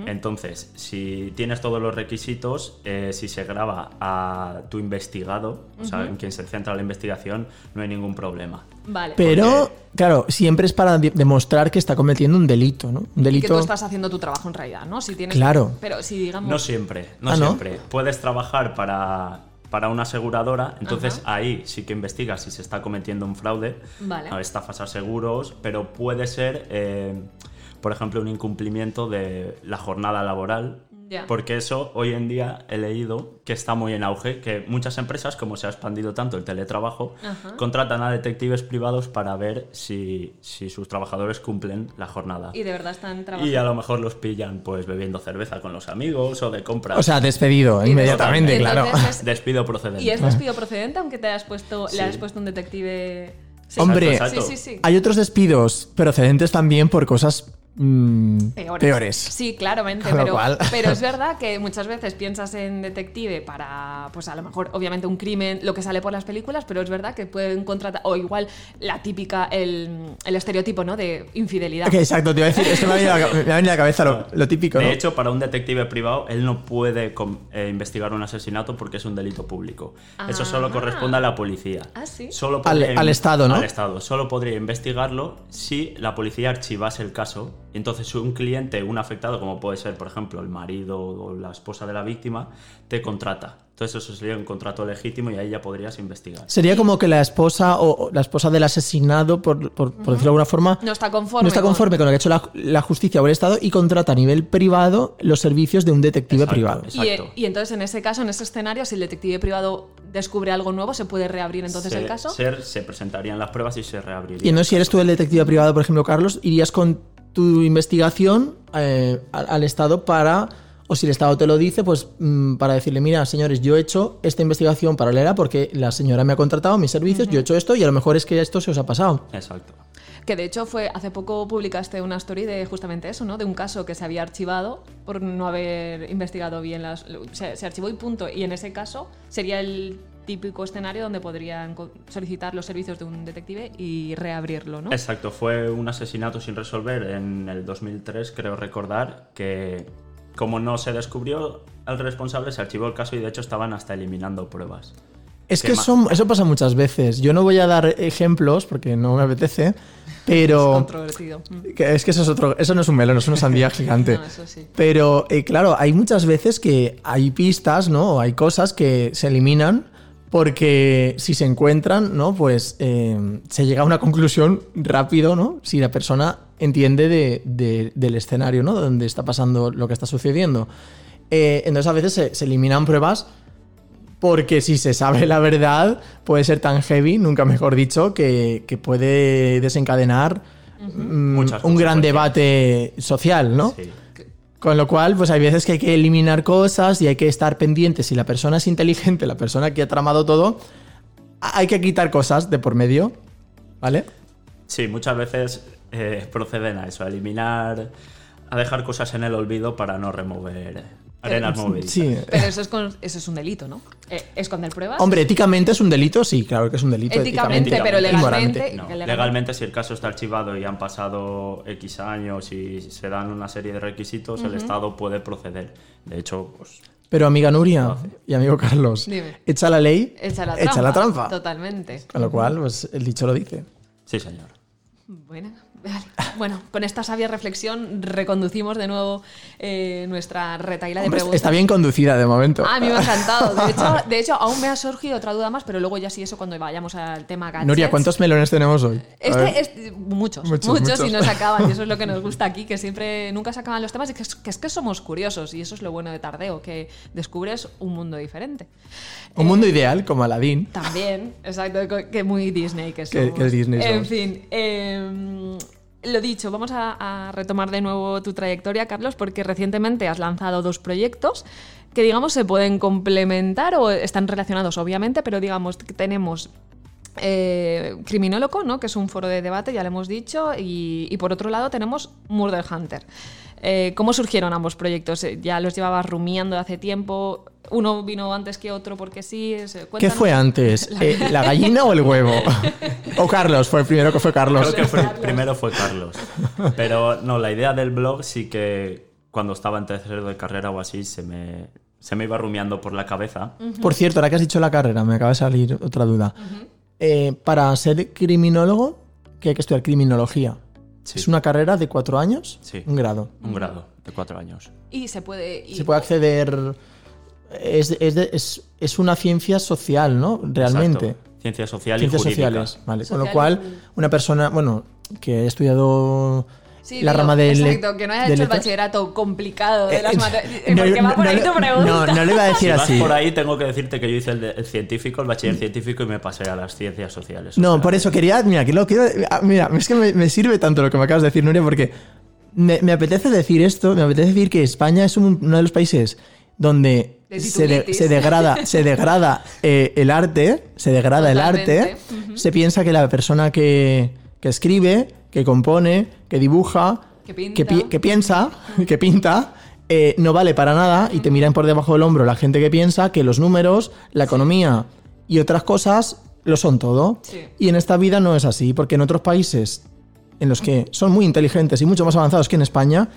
Entonces, si tienes todos los requisitos, eh, si se graba a tu investigado, o sea, en quien se centra la investigación, no hay ningún problema. Vale. Pero, Porque- claro, siempre es para de- demostrar que está cometiendo un delito, ¿no? Un que tú delito. estás haciendo tu trabajo en realidad, ¿no? Si tienes, Claro. Pero si digamos. No siempre, no Ah, ¿no? siempre. Puedes trabajar para, para una aseguradora, entonces ahí sí que investigas si se está cometiendo un fraude, Vale. a estafas a seguros, pero puede ser, eh, por ejemplo, un incumplimiento de la jornada laboral. Ya. Porque eso hoy en día he leído que está muy en auge, que muchas empresas, como se ha expandido tanto el teletrabajo, Ajá. contratan a detectives privados para ver si, si sus trabajadores cumplen la jornada. Y de verdad están Y trabajando. a lo mejor los pillan pues bebiendo cerveza con los amigos o de compras. O sea, despedido inmediatamente, Entonces, claro. <laughs> es- despido procedente. Y es despido procedente, aunque te hayas puesto, Sí. le has puesto un detective. Sí. Hombre, Exacto, exacto. sí, sí, sí. hay otros despidos procedentes también por cosas mm, peores. Sí, claramente, Con lo pero, cual- pero <laughs> es verdad que muchas veces piensas en detective para, pues a lo mejor, obviamente un crimen, lo que sale por las películas, pero es verdad que pueden contratar, o igual la típica, el, el estereotipo, ¿no? De infidelidad. Ok, exacto, te iba a decir, es que me ha venido a la, me ha venido a la cabeza lo, lo típico, De ¿no? hecho, para un detective privado, él no puede com- eh, investigar un asesinato porque es un delito público. Eso solo Ah. corresponde a la policía. Ah, sí. Solo Al- podría- al Estado, ¿no? Al Estado. Solo podría investigarlo si la policía archivase el caso. Entonces, un cliente, un afectado, como puede ser, por ejemplo, el marido o la esposa de la víctima, te contrata. Entonces, eso sería un contrato legítimo y ahí ya podrías investigar. Sería como que la esposa o o la esposa del asesinado, por, por- por decirlo de alguna forma, No está conforme no está con- conforme con lo que ha hecho la, la justicia o el Estado y contrata a nivel privado los servicios de un detective Exacto, privado. exacto. Y, eh, y entonces, en ese caso, en ese escenario, si el detective privado descubre algo nuevo, ¿se puede reabrir entonces se, el caso? ser- se presentarían las pruebas y se reabriría. Y entonces, si eres tú el detective privado, por ejemplo, Carlos, irías con tu investigación eh, al, al Estado para, o si el Estado te lo dice, pues mm, para decirle, mira, señores, yo he hecho esta investigación paralela porque la señora me ha contratado mis servicios, yo he hecho esto y a lo mejor es que esto se os ha pasado. Exacto. Que de hecho fue hace poco publicaste una story de justamente eso, ¿no? De un caso que se había archivado por no haber investigado bien las se, se archivó y punto. Y en ese caso sería el típico escenario donde podrían co- solicitar los servicios de un detective y reabrirlo, ¿no? Exacto, fue un asesinato sin resolver en el 2003, creo recordar, que como no se descubrió al responsable, se archivó el caso y de hecho estaban hasta eliminando pruebas. Es Qué que ma- eso, eso pasa muchas veces. Yo no voy a dar ejemplos porque no me apetece, pero Controvertido. Mm. que es que eso es otro, eso no es un melón, es una sandía gigante. No, eso sí. Pero eh, claro, hay muchas veces que hay pistas, ¿no? O hay cosas que se eliminan porque si se encuentran, ¿no? Pues eh, se llega a una conclusión rápido, ¿no? Si la persona entiende de- de- del escenario, ¿no? Donde está pasando lo que está sucediendo. Eh, entonces a veces se, se eliminan pruebas porque si se sabe la verdad puede ser tan heavy, nunca mejor dicho, que, que puede desencadenar mm, Muchas un gran consecuencias. debate social, ¿no? Sí. Con lo cual, pues hay veces que hay que eliminar cosas y hay que estar pendiente. Si la persona es inteligente, <laughs> la persona que ha tramado todo, a- hay que quitar cosas de por medio. ¿Vale? Sí, muchas veces eh, proceden a eso, a eliminar, a dejar cosas en el olvido para no remover arenas movedizas. Eh, Sí. Pero eso es, con- eso es un delito, ¿no? Eh, ¿Esconder pruebas? Hombre, éticamente es un delito, sí, claro que es un delito. Éticamente, pero y moralmente. legalmente- No, que legalmente- legalmente si el caso está archivado y han pasado X años y se dan una serie de requisitos, el Estado puede proceder. De hecho, pues, Pero amiga Nuria y amigo Carlos, Dime. echa la ley, Echa la trampa. Totalmente. Con lo cual, pues el dicho lo dice. Sí, señor. Bueno, vale. bueno, con esta sabia reflexión reconducimos de nuevo eh, nuestra retaila de Hombre, preguntas. está bien conducida de momento. Ah, a mí <laughs> me ha encantado. De hecho, de hecho, aún me ha surgido otra duda más, pero luego ya sí eso cuando vayamos al tema gadgets. Nuria, ¿cuántos melones tenemos hoy? A ver. Este, este- muchos, Muchos, muchos, muchos. y no se acaban, y eso es lo que nos gusta aquí, que siempre nunca se acaban los temas, y que es, que es que somos curiosos, y eso es lo bueno de Tardeo, que descubres un mundo diferente. Un mundo ideal como Aladdin. También, exacto, co- que muy Disney que Que- somos. que es Disney En somos. fin, em, lo dicho, vamos a, a retomar de nuevo tu trayectoria, Carlos, porque recientemente has lanzado dos proyectos que, digamos, se pueden complementar o están relacionados, obviamente, pero digamos que tenemos... eh, criminólogo, ¿no? que es un foro de debate, ya lo hemos dicho, y, y por otro lado tenemos Murder Hunter. Eh, ¿Cómo surgieron ambos proyectos? Eh, ¿Ya los llevabas rumiando hace tiempo? ¿Uno vino antes que otro porque sí? Es- eh, ¿Qué cuéntanos. fue <laughs> antes? Eh, ¿La gallina o el huevo? o Carlos, fue el primero que fue Carlos. Creo que fue- primero fue Carlos. Pero no, la idea del blog sí que cuando estaba en tercero de carrera o así se me, se me iba rumiando por la cabeza. Por cierto, ahora que has dicho la carrera, me acaba de salir otra duda. Eh, para ser criminólogo, que hay que estudiar criminología. Sí. Es una carrera de cuatro años, Sí. un grado. Un grado de cuatro años. Y se puede. y- Se puede acceder. Es, es de- es- es una ciencia social, ¿no? Realmente. Exacto. Ciencia social Ciencias y jurídica. sociales. Vale. Con lo Sociales, cual, una persona, bueno, que ha estudiado Sí, la digo, rama de. le- Exacto, que no haya de hecho el letras- bachillerato complicado Eh, de las eh, materias. Porque va por ahí tu no, pregunta. no, no le iba a Si decir vas así. por ahí, tengo que decirte que yo hice el, de- el científico, el bachiller científico y me pasé a las ciencias sociales. O No, sea, por eso quería. Mira, que lo quiero. ah, Mira, es que me, me sirve tanto lo que me acabas de decir, Nuria, porque me, me apetece decir esto. Me apetece decir que España es un- uno de los países donde De se, de- titulitis. se <laughs> degrada, se degrada eh, el arte. Se degrada el arte. Totalmente, Se piensa que la persona que, que escribe, que compone, que dibuja, Que pinta. pi- que piensa, que pinta. eh, no vale para nada y te miran por debajo del hombro la gente que piensa que los números, la economía y otras cosas lo son todo. Sí. Y en esta vida no es así, porque en otros países en los que son muy inteligentes y mucho más avanzados que en España,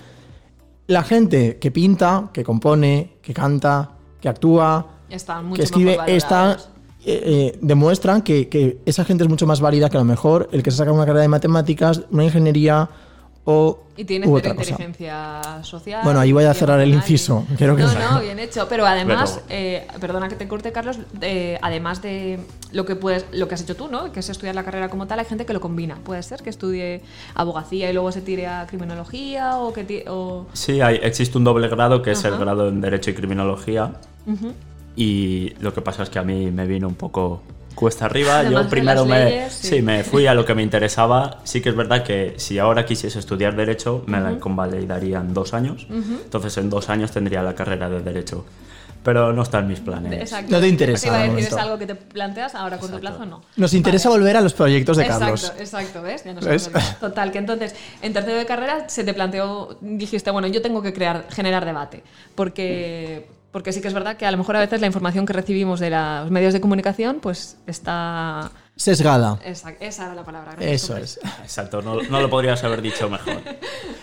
la gente que pinta, que compone, que canta, que actúa, Están mucho que escribe, mejor está, valorados. eh, eh, demuestran que, que esa gente es mucho más válida que a lo mejor el que se saca una carrera de matemáticas, una ingeniería o Y u tiene cero Uh, otra cosa. inteligencia social. Bueno, ahí voy a tiene cerrar el nadie. inciso, <laughs> creo que no, sí. no, bien hecho. Pero además, Pero- eh, perdona que te corte, Carlos, eh, además de lo que puedes, lo que has hecho tú, ¿no? Que es estudiar la carrera como tal, hay gente que lo combina. Puede ser que estudie abogacía y luego se tire a criminología o que ti- o- Sí, hay- existe un doble grado que es el Ajá. grado en Derecho y Criminología. Y lo que pasa es que a mí me vino un poco cuesta arriba. Además Yo <laughs> de primero las me, leyes, sí. sí, me fui a lo que me interesaba. Sí que es verdad que si ahora quisiese estudiar Derecho, me la convalidarían dos años. Entonces en dos años tendría la carrera de Derecho. Pero no están mis planes. Exacto. Eh, No te interesa iba a de decir, momento. es algo que te planteas ahora a corto Exacto. plazo, no. Nos interesa volver a los proyectos de Carlos. Exacto, exacto, ¿ves? Ya nos ¿Ves? acordamos. Total, que entonces, en tercero de carrera se te planteó, dijiste, bueno, yo tengo que crear, generar debate, porque, porque sí que es verdad que a lo mejor a veces la información que recibimos de la- los medios de comunicación, pues está... Sesgada. Esa, esa era la palabra. gracias, Eso hombre. <laughs> es. Exacto, no, no lo podrías haber dicho mejor.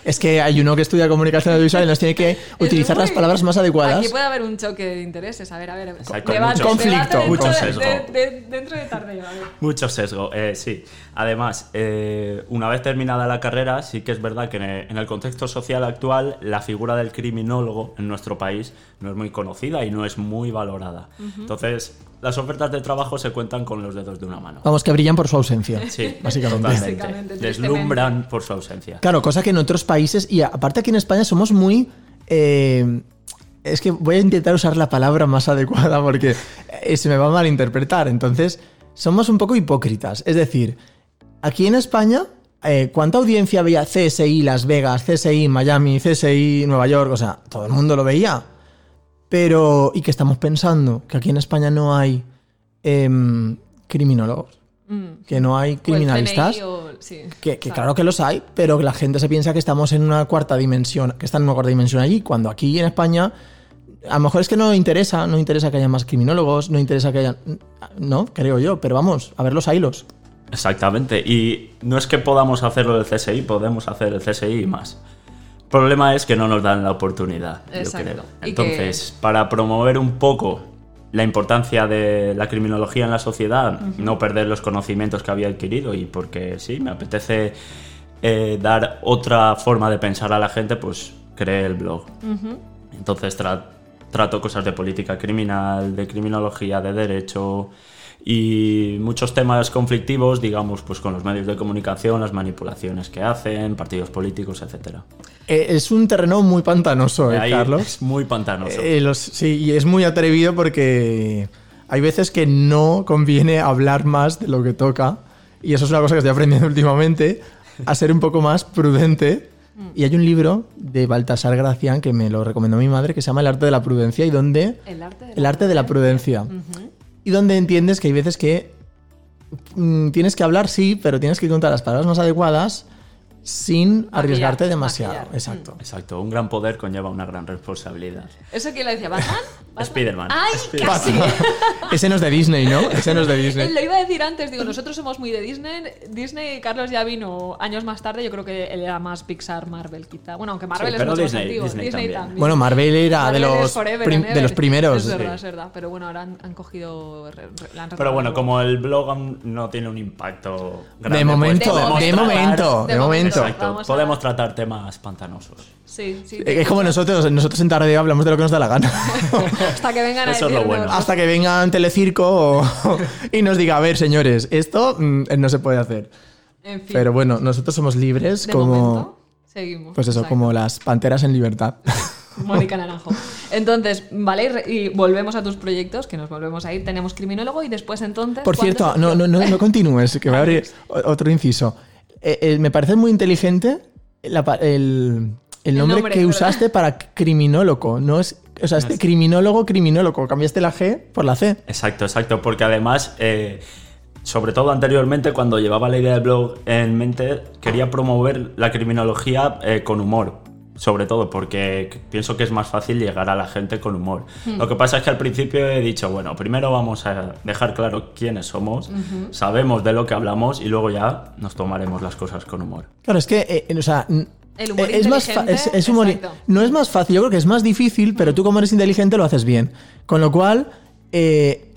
Es que hay uno que estudia comunicación audiovisual y nos tiene que Es utilizar las muy- palabras más adecuadas. Aquí puede haber un choque de intereses, a ver, a ver. Exacto, debate, mucho conflicto, debate mucho dentro, de, sesgo. de- de- dentro de tardeo, a ver. Mucho sesgo, eh, sí. Además, eh, una vez terminada la carrera, sí que es verdad que en e- en el contexto social actual la figura del criminólogo en nuestro país no es muy conocida y no es muy valorada. Entonces, las ofertas de trabajo se cuentan con los dedos de una mano. Vamos, que brillan por su ausencia. Sí, <laughs> básicamente. totalmente. Básicamente, Deslumbran por su ausencia. Claro, cosa que en otros países, y aparte aquí en España somos muy... eh, es que voy a intentar usar la palabra más adecuada porque eh, se me va a malinterpretar. Entonces, somos un poco hipócritas. Es decir, aquí en España, eh, ¿cuánta audiencia veía CSI Las Vegas, CSI Miami, CSI Nueva York? O sea, todo el mundo lo veía. Pero, ¿y qué estamos pensando? Que aquí en España no hay em, criminólogos, Mm. que no hay criminalistas. O el CNI o- sí, Que, que claro. claro que los hay, pero la gente se piensa que estamos en una cuarta dimensión, que están en una cuarta dimensión allí, cuando aquí en España a lo mejor es que no interesa, no interesa que haya más criminólogos, no interesa que haya... No, creo yo, pero vamos, a ver los hilos. Exactamente. Y no es que podamos hacerlo del CSI, podemos hacer el CSI y más. problema es que no nos dan la oportunidad, Exacto. yo creo. Y Entonces, para promover un poco la importancia de la criminología en la sociedad, no perder los conocimientos que había adquirido y porque sí, me apetece eh, dar otra forma de pensar a la gente, pues creé el blog. Entonces tra- trato cosas de política criminal, de criminología, de derecho y muchos temas conflictivos, digamos, pues con los medios de comunicación, las manipulaciones que hacen, partidos políticos, etcétera. Eh, es un terreno muy pantanoso, ¿eh, Ahí Carlos. Es muy pantanoso. Eh, los- sí, y es muy atrevido porque hay veces que no conviene hablar más de lo que toca. Y eso es una cosa que estoy aprendiendo <laughs> últimamente, a ser un poco más prudente. Mm. Y hay un libro de Baltasar Gracián que me lo recomendó mi madre que se llama El arte de la prudencia y donde... El arte de la El arte de la prudencia. Y donde entiendes que hay veces que mm, tienes que hablar, sí, pero tienes que contar las palabras más adecuadas sin arriesgarte demasiado. maquillar. Exacto. Exacto, un gran poder conlleva una gran responsabilidad. ¿Eso quién lo decía? ¿Batman? ¿Batman? Spiderman. ¡Ay, casi! Mm. Ese no es de Disney, <laughs> ¿no? Ese no es de Disney. Lo iba a decir antes, digo, nosotros somos muy de Disney. Disney, Carlos ya vino años más tarde, yo creo que él era más Pixar, Marvel quizá. Bueno, aunque Marvel Sí, es pero mucho Disney- más antiguo. Disney también. Bueno, Marvel era de Marvel es los, forever prim- and de los ever. primeros. Es verdad, Sí. es verdad. Pero bueno, ahora han, han cogido. re- re- la han Pero bueno, retomado. como el blog aún no tiene un impacto grande, De momento, pues podemos de tratar- momento, de de momento. momento. Exacto, Vamos a- podemos tratar temas pantanosos. Sí, sí. Es como nosotros, nosotros en Tardeo hablamos de lo que nos da la gana. Hasta que vengan a Eso es lo decirnos. bueno. Hasta que vengan Telecirco o- y nos diga, a ver, señores, esto mm, no se puede hacer. En fin, Pero bueno, nosotros somos libres de como... momento, seguimos. Pues eso, Exacto. como las panteras en <laughs> libertad. Mónica Naranjo. Entonces, vale, y re- y volvemos a tus proyectos, que nos volvemos a ir. Tenemos criminólogo y después entonces. Por ¿cuándo cierto, se- no, no, no, no continúes, que voy a abrir o- otro inciso. Eh, eh, me parece muy inteligente la pa- el, el nombre, nombre, que ¿verdad? usaste para criminólogo. No es, o sea, este criminólogo, criminólogo. Cambiaste la G por la C. Exacto, exacto, porque además, eh, sobre todo anteriormente, cuando llevaba la idea del blog en mente, quería promover la criminología eh, con humor. Sobre todo porque c- pienso que es más fácil llegar a la gente con humor. Lo que pasa es que al principio he dicho, bueno, primero vamos a dejar claro quiénes somos, sabemos de lo que hablamos y luego ya nos tomaremos las cosas con humor. Claro, es que, eh, eh, o sea, n- El humor eh, es más fa- es- inteligente, es humor- exacto. no es más fácil, yo creo que es más difícil, pero tú como eres inteligente lo haces bien. Con lo cual, eh,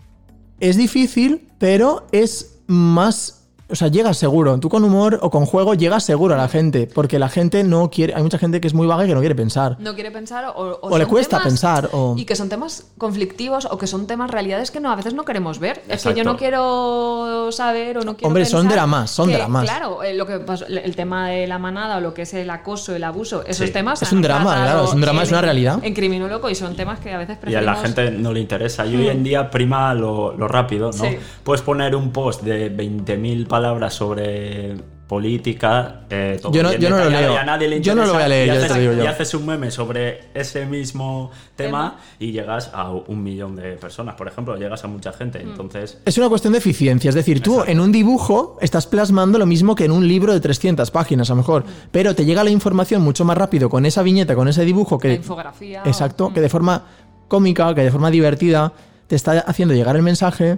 es difícil, pero es más... O sea, llegas seguro. Tú con humor o con juego llegas seguro a la gente, porque la gente no quiere... Hay mucha gente que es muy vaga y que no quiere pensar. no quiere pensar o, O le son cuesta temas- pensar, o- y que son temas conflictivos o que son temas realidades que no a veces no queremos ver es que Exacto. yo no quiero saber o no quiero Hombre, son pensar dramas, son que, dramas. claro eh, lo que pasó- el tema de la manada o lo que es el acoso el abuso esos Sí. temas se Es han un drama, tratado claro, es un drama, en- es una realidad. en criminólogo y son temas que a veces Y a preferimos Mm. la gente no le interesa. Y hoy en día prima lo, lo rápido, ¿no? Sí. Puedes poner un post de 20.000 palabras sobre política. eh, todo Yo no- bien yo no lo detallado, leo. y a nadie le Yo no lo interesa, voy a leer, y ya te haces, lo digo yo. y haces un meme sobre ese mismo tema y llegas a un millón de personas, por ejemplo. Llegas a mucha gente. Mm. Entonces, Es una cuestión de eficiencia, es decir, tú en un dibujo estás plasmando lo mismo que en un libro de 300 páginas a lo mejor, pero te llega la información mucho más rápido con esa viñeta, con ese dibujo la que infografía o- Exacto, que de forma cómica, que de forma divertida te está haciendo llegar el mensaje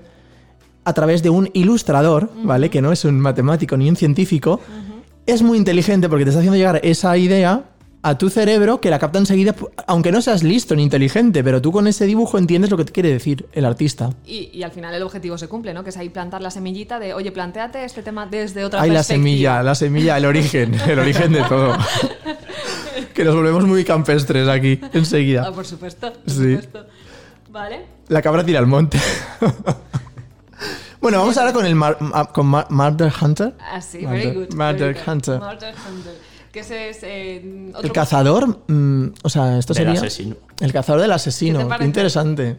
a través de un ilustrador, ¿vale? Que no es un matemático ni un científico. Es muy inteligente porque te está haciendo llegar esa idea a tu cerebro que la capta enseguida, pu- aunque no seas listo ni inteligente, pero tú con ese dibujo entiendes lo que te quiere decir el artista. y, y al final el objetivo se cumple, ¿no? Que es ahí plantar la semillita de, oye, planteate este tema desde otra Ay, la perspectiva. semilla, la semilla, el origen, el origen de todo. que nos volvemos muy campestres aquí Ah, enseguida. por supuesto. por Sí. supuesto. Vale. La cabra tira al monte. <laughs> bueno, vamos ahora con el mar- ma- con Mar- Murder Hunter. Ah, sí, Murder- very good. Murder very good. Hunter. Murder Hunter. Que ese es eh, otro... El cazador, mm, o sea, esto Del sería... asesino. El cazador del ¿Qué asesino, te qué parece? interesante.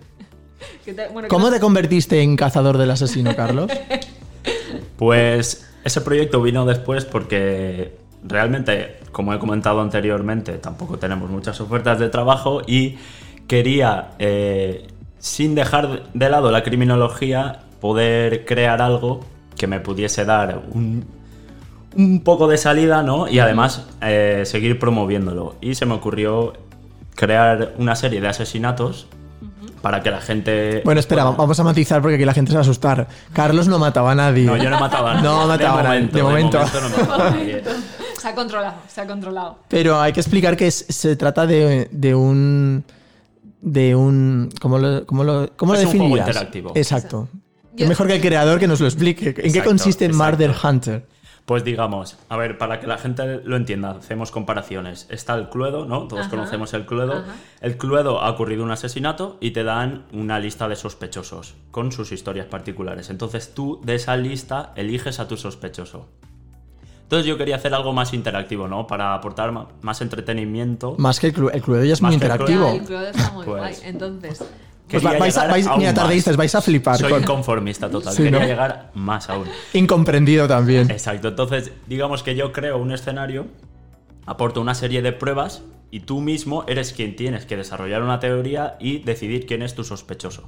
que te- bueno, que ¿Cómo no- te convertiste en cazador del <laughs> asesino, Carlos? Pues ese proyecto vino después porque realmente, como he comentado anteriormente, tampoco tenemos muchas ofertas de trabajo y quería, eh, sin dejar de lado la criminología, poder crear algo que me pudiese dar un, un poco de salida, ¿no? Y además eh, seguir promoviéndolo. Y se me ocurrió crear una serie de asesinatos para que la gente... Bueno, espera, vamos a matizar porque aquí la gente se va a asustar. Carlos no mataba a nadie. No, yo no mataba a nadie. <laughs> No mataba a nadie, de <laughs> de momento. momento no mataba a nadie. <laughs> Se ha controlado, se ha controlado. Pero hay que explicar que es- se trata de, de un. De un. ¿Cómo lo, cómo lo, cómo Es lo un juego definirías? interactivo. Exacto. Yo- es mejor que el creador que nos lo explique. ¿En qué Exacto, consiste exacto. Murder Hunter? Pues digamos, a ver, para que la gente lo entienda, hacemos comparaciones. Está el Cluedo, ¿no? Todos Ajá, conocemos el Cluedo. ajá. El Cluedo ha ocurrido un asesinato y te dan una lista de sospechosos con sus historias particulares. Entonces tú de esa lista eliges a tu sospechoso. Entonces yo quería hacer algo más interactivo, ¿no? Para aportar ma- más entretenimiento. Más que el, club, el Cluedo ya es Más muy que el interactivo. Ya, el Cluedo está muy Pues- guay. Entonces, Pues Quería va- vais a- llegar vais- aún mira, más. tardeístas, vais a flipar Soy con- conformista total. Sí, Quería ¿no? llegar más aún. Incomprendido también. Exacto, entonces digamos que yo creo un escenario, aporto una serie de pruebas y tú mismo eres quien tienes que desarrollar una teoría y decidir quién es tu sospechoso.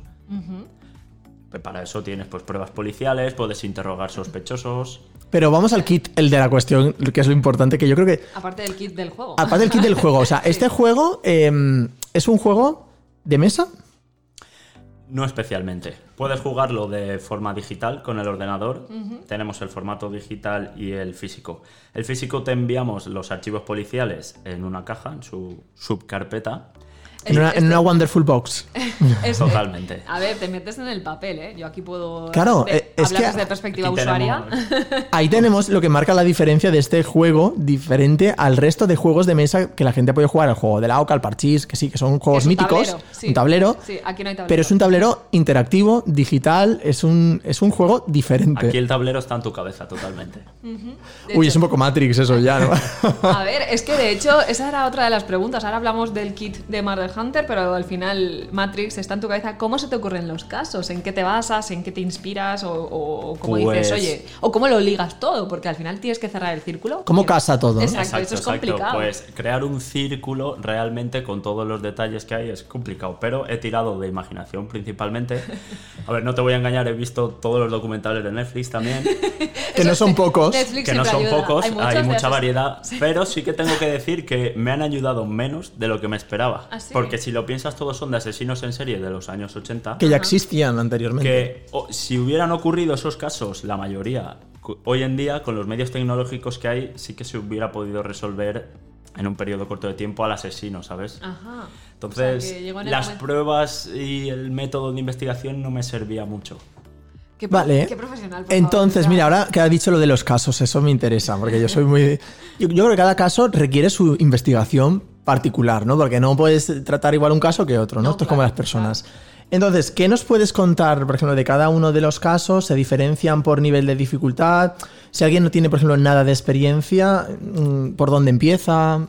Pues Para eso tienes pues pruebas policiales, puedes interrogar sospechosos. Pero vamos al kit, el de la cuestión, que es lo importante, que yo creo que. aparte del kit del juego. Aparte del kit del juego, <laughs> o sea, este juego eh, es un juego de mesa. No especialmente. Puedes jugarlo de forma digital con el ordenador. Tenemos el formato digital y el físico. El físico te enviamos los archivos policiales en una caja, en su subcarpeta. En una, este- en una Wonderful Box. Es- Totalmente. A ver, te metes en el papel, ¿eh? Yo aquí puedo Claro, de- eh, es hablar que- desde perspectiva Aquí usuaria. tenemos- Ahí tenemos lo que marca la diferencia de este juego diferente al resto de juegos de mesa que la gente puede jugar, al juego de la Oca, al Parchís, que sí, que son juegos Es un míticos, tablero, sí. un tablero, Sí, aquí no hay tablero. pero es un tablero interactivo, digital, es un, es un juego diferente. Aquí el tablero está en tu cabeza totalmente. De Uy, hecho- es un poco Matrix eso ya, <laughs> ¿no? A ver, es que de hecho, esa era otra de las preguntas. Ahora hablamos del kit de Murder Hunter, pero al final, Matrix, está en tu cabeza. ¿Cómo se te ocurren los casos? ¿En qué te basas? ¿En qué te inspiras? ¿O, o- o cómo Pues- dices, oye? ¿O cómo lo ligas todo? Porque al final tienes que cerrar el círculo. ¿Cómo casa todo? <laughs> Exacto, eso es complicado. Pues crear un círculo realmente con todos los detalles que hay es complicado, pero he tirado de imaginación principalmente. <laughs> A ver, no te voy a engañar, he visto todos los documentales de Netflix también, Que Eso no son es- pocos. Netflix que no siempre son ayuda. pocos, hay, muchos de mucha esos. variedad, <laughs> pero sí que tengo que decir que me han ayudado menos de lo que me esperaba. ¿Ah, sí? Porque si lo piensas, todos son de asesinos en serie de los años 80. Que ya existían anteriormente. que o- si hubieran ocurrido esos casos, la mayoría, cu- hoy en día, con los medios tecnológicos que hay, sí que se hubiera podido resolver en un periodo corto de tiempo al asesino, ¿sabes? Ajá. Entonces, O sea, Ah, que llegó en el las momento- pruebas y el método de investigación no me servía mucho. Qué pro- Vale. Qué profesional. por Entonces, favor, <laughs> mira, ahora que ha dicho lo de los casos, eso me interesa, porque yo soy muy... Yo, yo creo que cada caso requiere su investigación particular, ¿no? Porque no puedes tratar igual un caso que otro, ¿no? No, Esto es como claro, las personas. Entonces, ¿qué nos puedes contar, por ejemplo, de cada uno de los casos? ¿Se diferencian por nivel de dificultad? Si alguien no tiene, por ejemplo, nada de experiencia, mm, ¿por dónde empieza?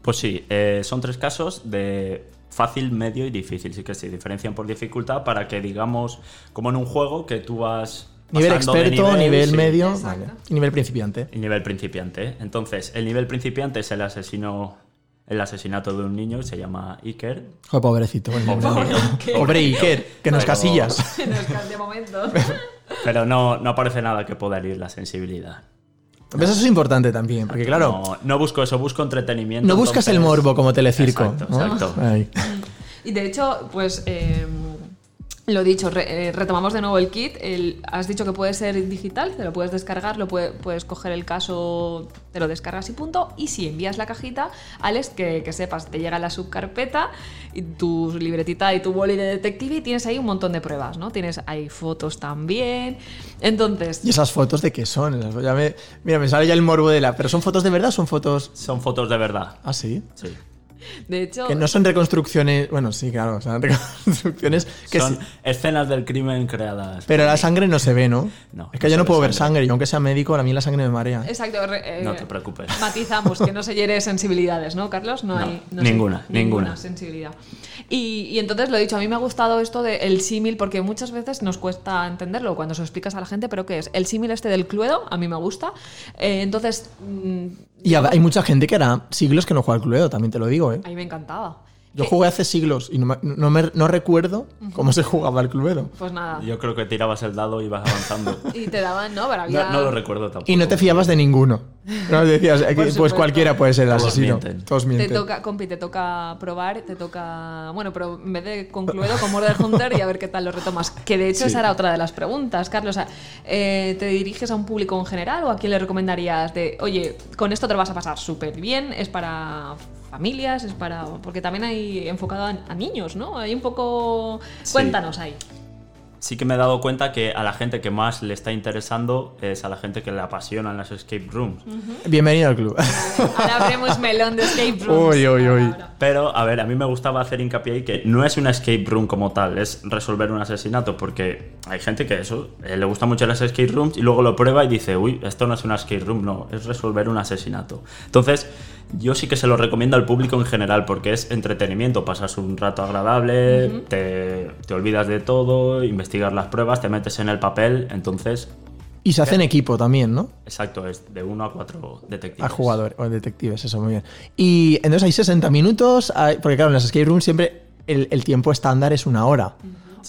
Pues sí, eh, son tres casos de fácil, medio y difícil. Sí que se diferencian por dificultad para que, digamos, como en un juego, que tú vas... Nivel pasando de experto, nivel, sí. medio, Exacto. vale. y nivel principiante. El nivel principiante. ¿eh? Entonces, el nivel principiante es el asesino, el asesinato de un niño y se llama Iker. Joder, pobrecito. el niño. Pobre Iker. Pobre Iker, que nos Pero- casillas. Nos de momento. <laughs> Pero no, no aparece nada que pueda herir la sensibilidad. Pues eso es importante también, porque claro, No, no busco eso, busco entretenimiento. No buscas el entonces- morbo como telecirco. Exacto, ¿no? exacto. Ay. Y de hecho, pues eh, lo dicho, re- eh, retomamos de nuevo el kit. El, has dicho que puede ser digital, te lo puedes descargar, lo puede- puedes coger el caso, te lo descargas y punto. Y si envías la cajita, Alex, que, que sepas, te llega la subcarpeta, y tu libretita y tu boli de detective y tienes ahí un montón de pruebas, ¿no? Tienes ahí fotos también. Entonces, ¿Y esas fotos de qué son? Esas- ya me- mira, me sale ya el morbo de la. ¿Pero son fotos de verdad o son fotos Son fotos de verdad. así? Sí. de hecho... que no son reconstrucciones. Bueno, sí, claro, son <laughs> reconstrucciones. <laughs> Que Son sí, escenas del crimen creadas. pero la sangre no se ve, ¿no? No, es que yo no se no ve puedo ver sangre. sangre. Yo, aunque sea médico, a mí la sangre me marea. Exacto. re- eh, No te preocupes. Matizamos, que no se hiere sensibilidades, ¿no, Carlos? No, No, hay ninguna, se- ninguna. sensibilidad. Y, y entonces lo he dicho, a mí me ha gustado esto del símil, porque muchas veces nos cuesta entenderlo cuando se lo explicas a la gente, pero ¿qué es? El símil este del cluedo, a mí me gusta. Eh, entonces, mm, Y hab- hay mucha gente que hará siglos que no juega al Cluedo, también te lo digo, ¿eh? a mí me encantaba. Yo jugué hace siglos y no, me- no me- no recuerdo cómo se jugaba el cluedo. Pues nada. Yo creo que tirabas el dado y ibas avanzando. Y te daban, ¿no? Para no, no lo recuerdo tampoco. Y no te fiabas de ninguno. No decías, eh, pues supuesto. cualquiera puede ser el Todos asesino. mienten. Todos Te mienten. toca, compi, te toca probar, te toca. Bueno, pero en vez de concluido con Murder Hunter y a ver qué tal lo retomas. Que de hecho, esa era otra de las preguntas, Carlos. A- eh, ¿Te diriges a un público en general o a quién le recomendarías de, oye, con esto te lo vas a pasar súper bien? ¿Es para familias? ¿Es para.? Porque también hay enfocado a, a niños, ¿no? Hay un poco. Sí. Cuéntanos ahí. sí que me he dado cuenta que a la gente que más le está interesando es a la gente que le apasionan las escape rooms. Bienvenido al club. <laughs> Ahora abrimos melón de escape rooms. Uy, uy, uy. Ahora, ahora. Pero, a ver, a mí me gustaba hacer hincapié ahí que no es una escape room como tal, es resolver un asesinato, porque hay gente que eso, eh, le gusta mucho las escape rooms y luego lo prueba y dice, uy, esto no es una escape room, no, es resolver un asesinato. Entonces, yo sí que se lo recomiendo al público en general, porque es entretenimiento, pasas un rato agradable, te, te olvidas de todo, investigas las pruebas, te metes en el papel, entonces, Y se hacen equipo también, ¿no? exacto, es de uno a cuatro detectives. A jugadores o detectives, eso muy bien. Y entonces hay 60 minutos, hay- porque claro, en las escape rooms siempre el, el tiempo estándar es una hora.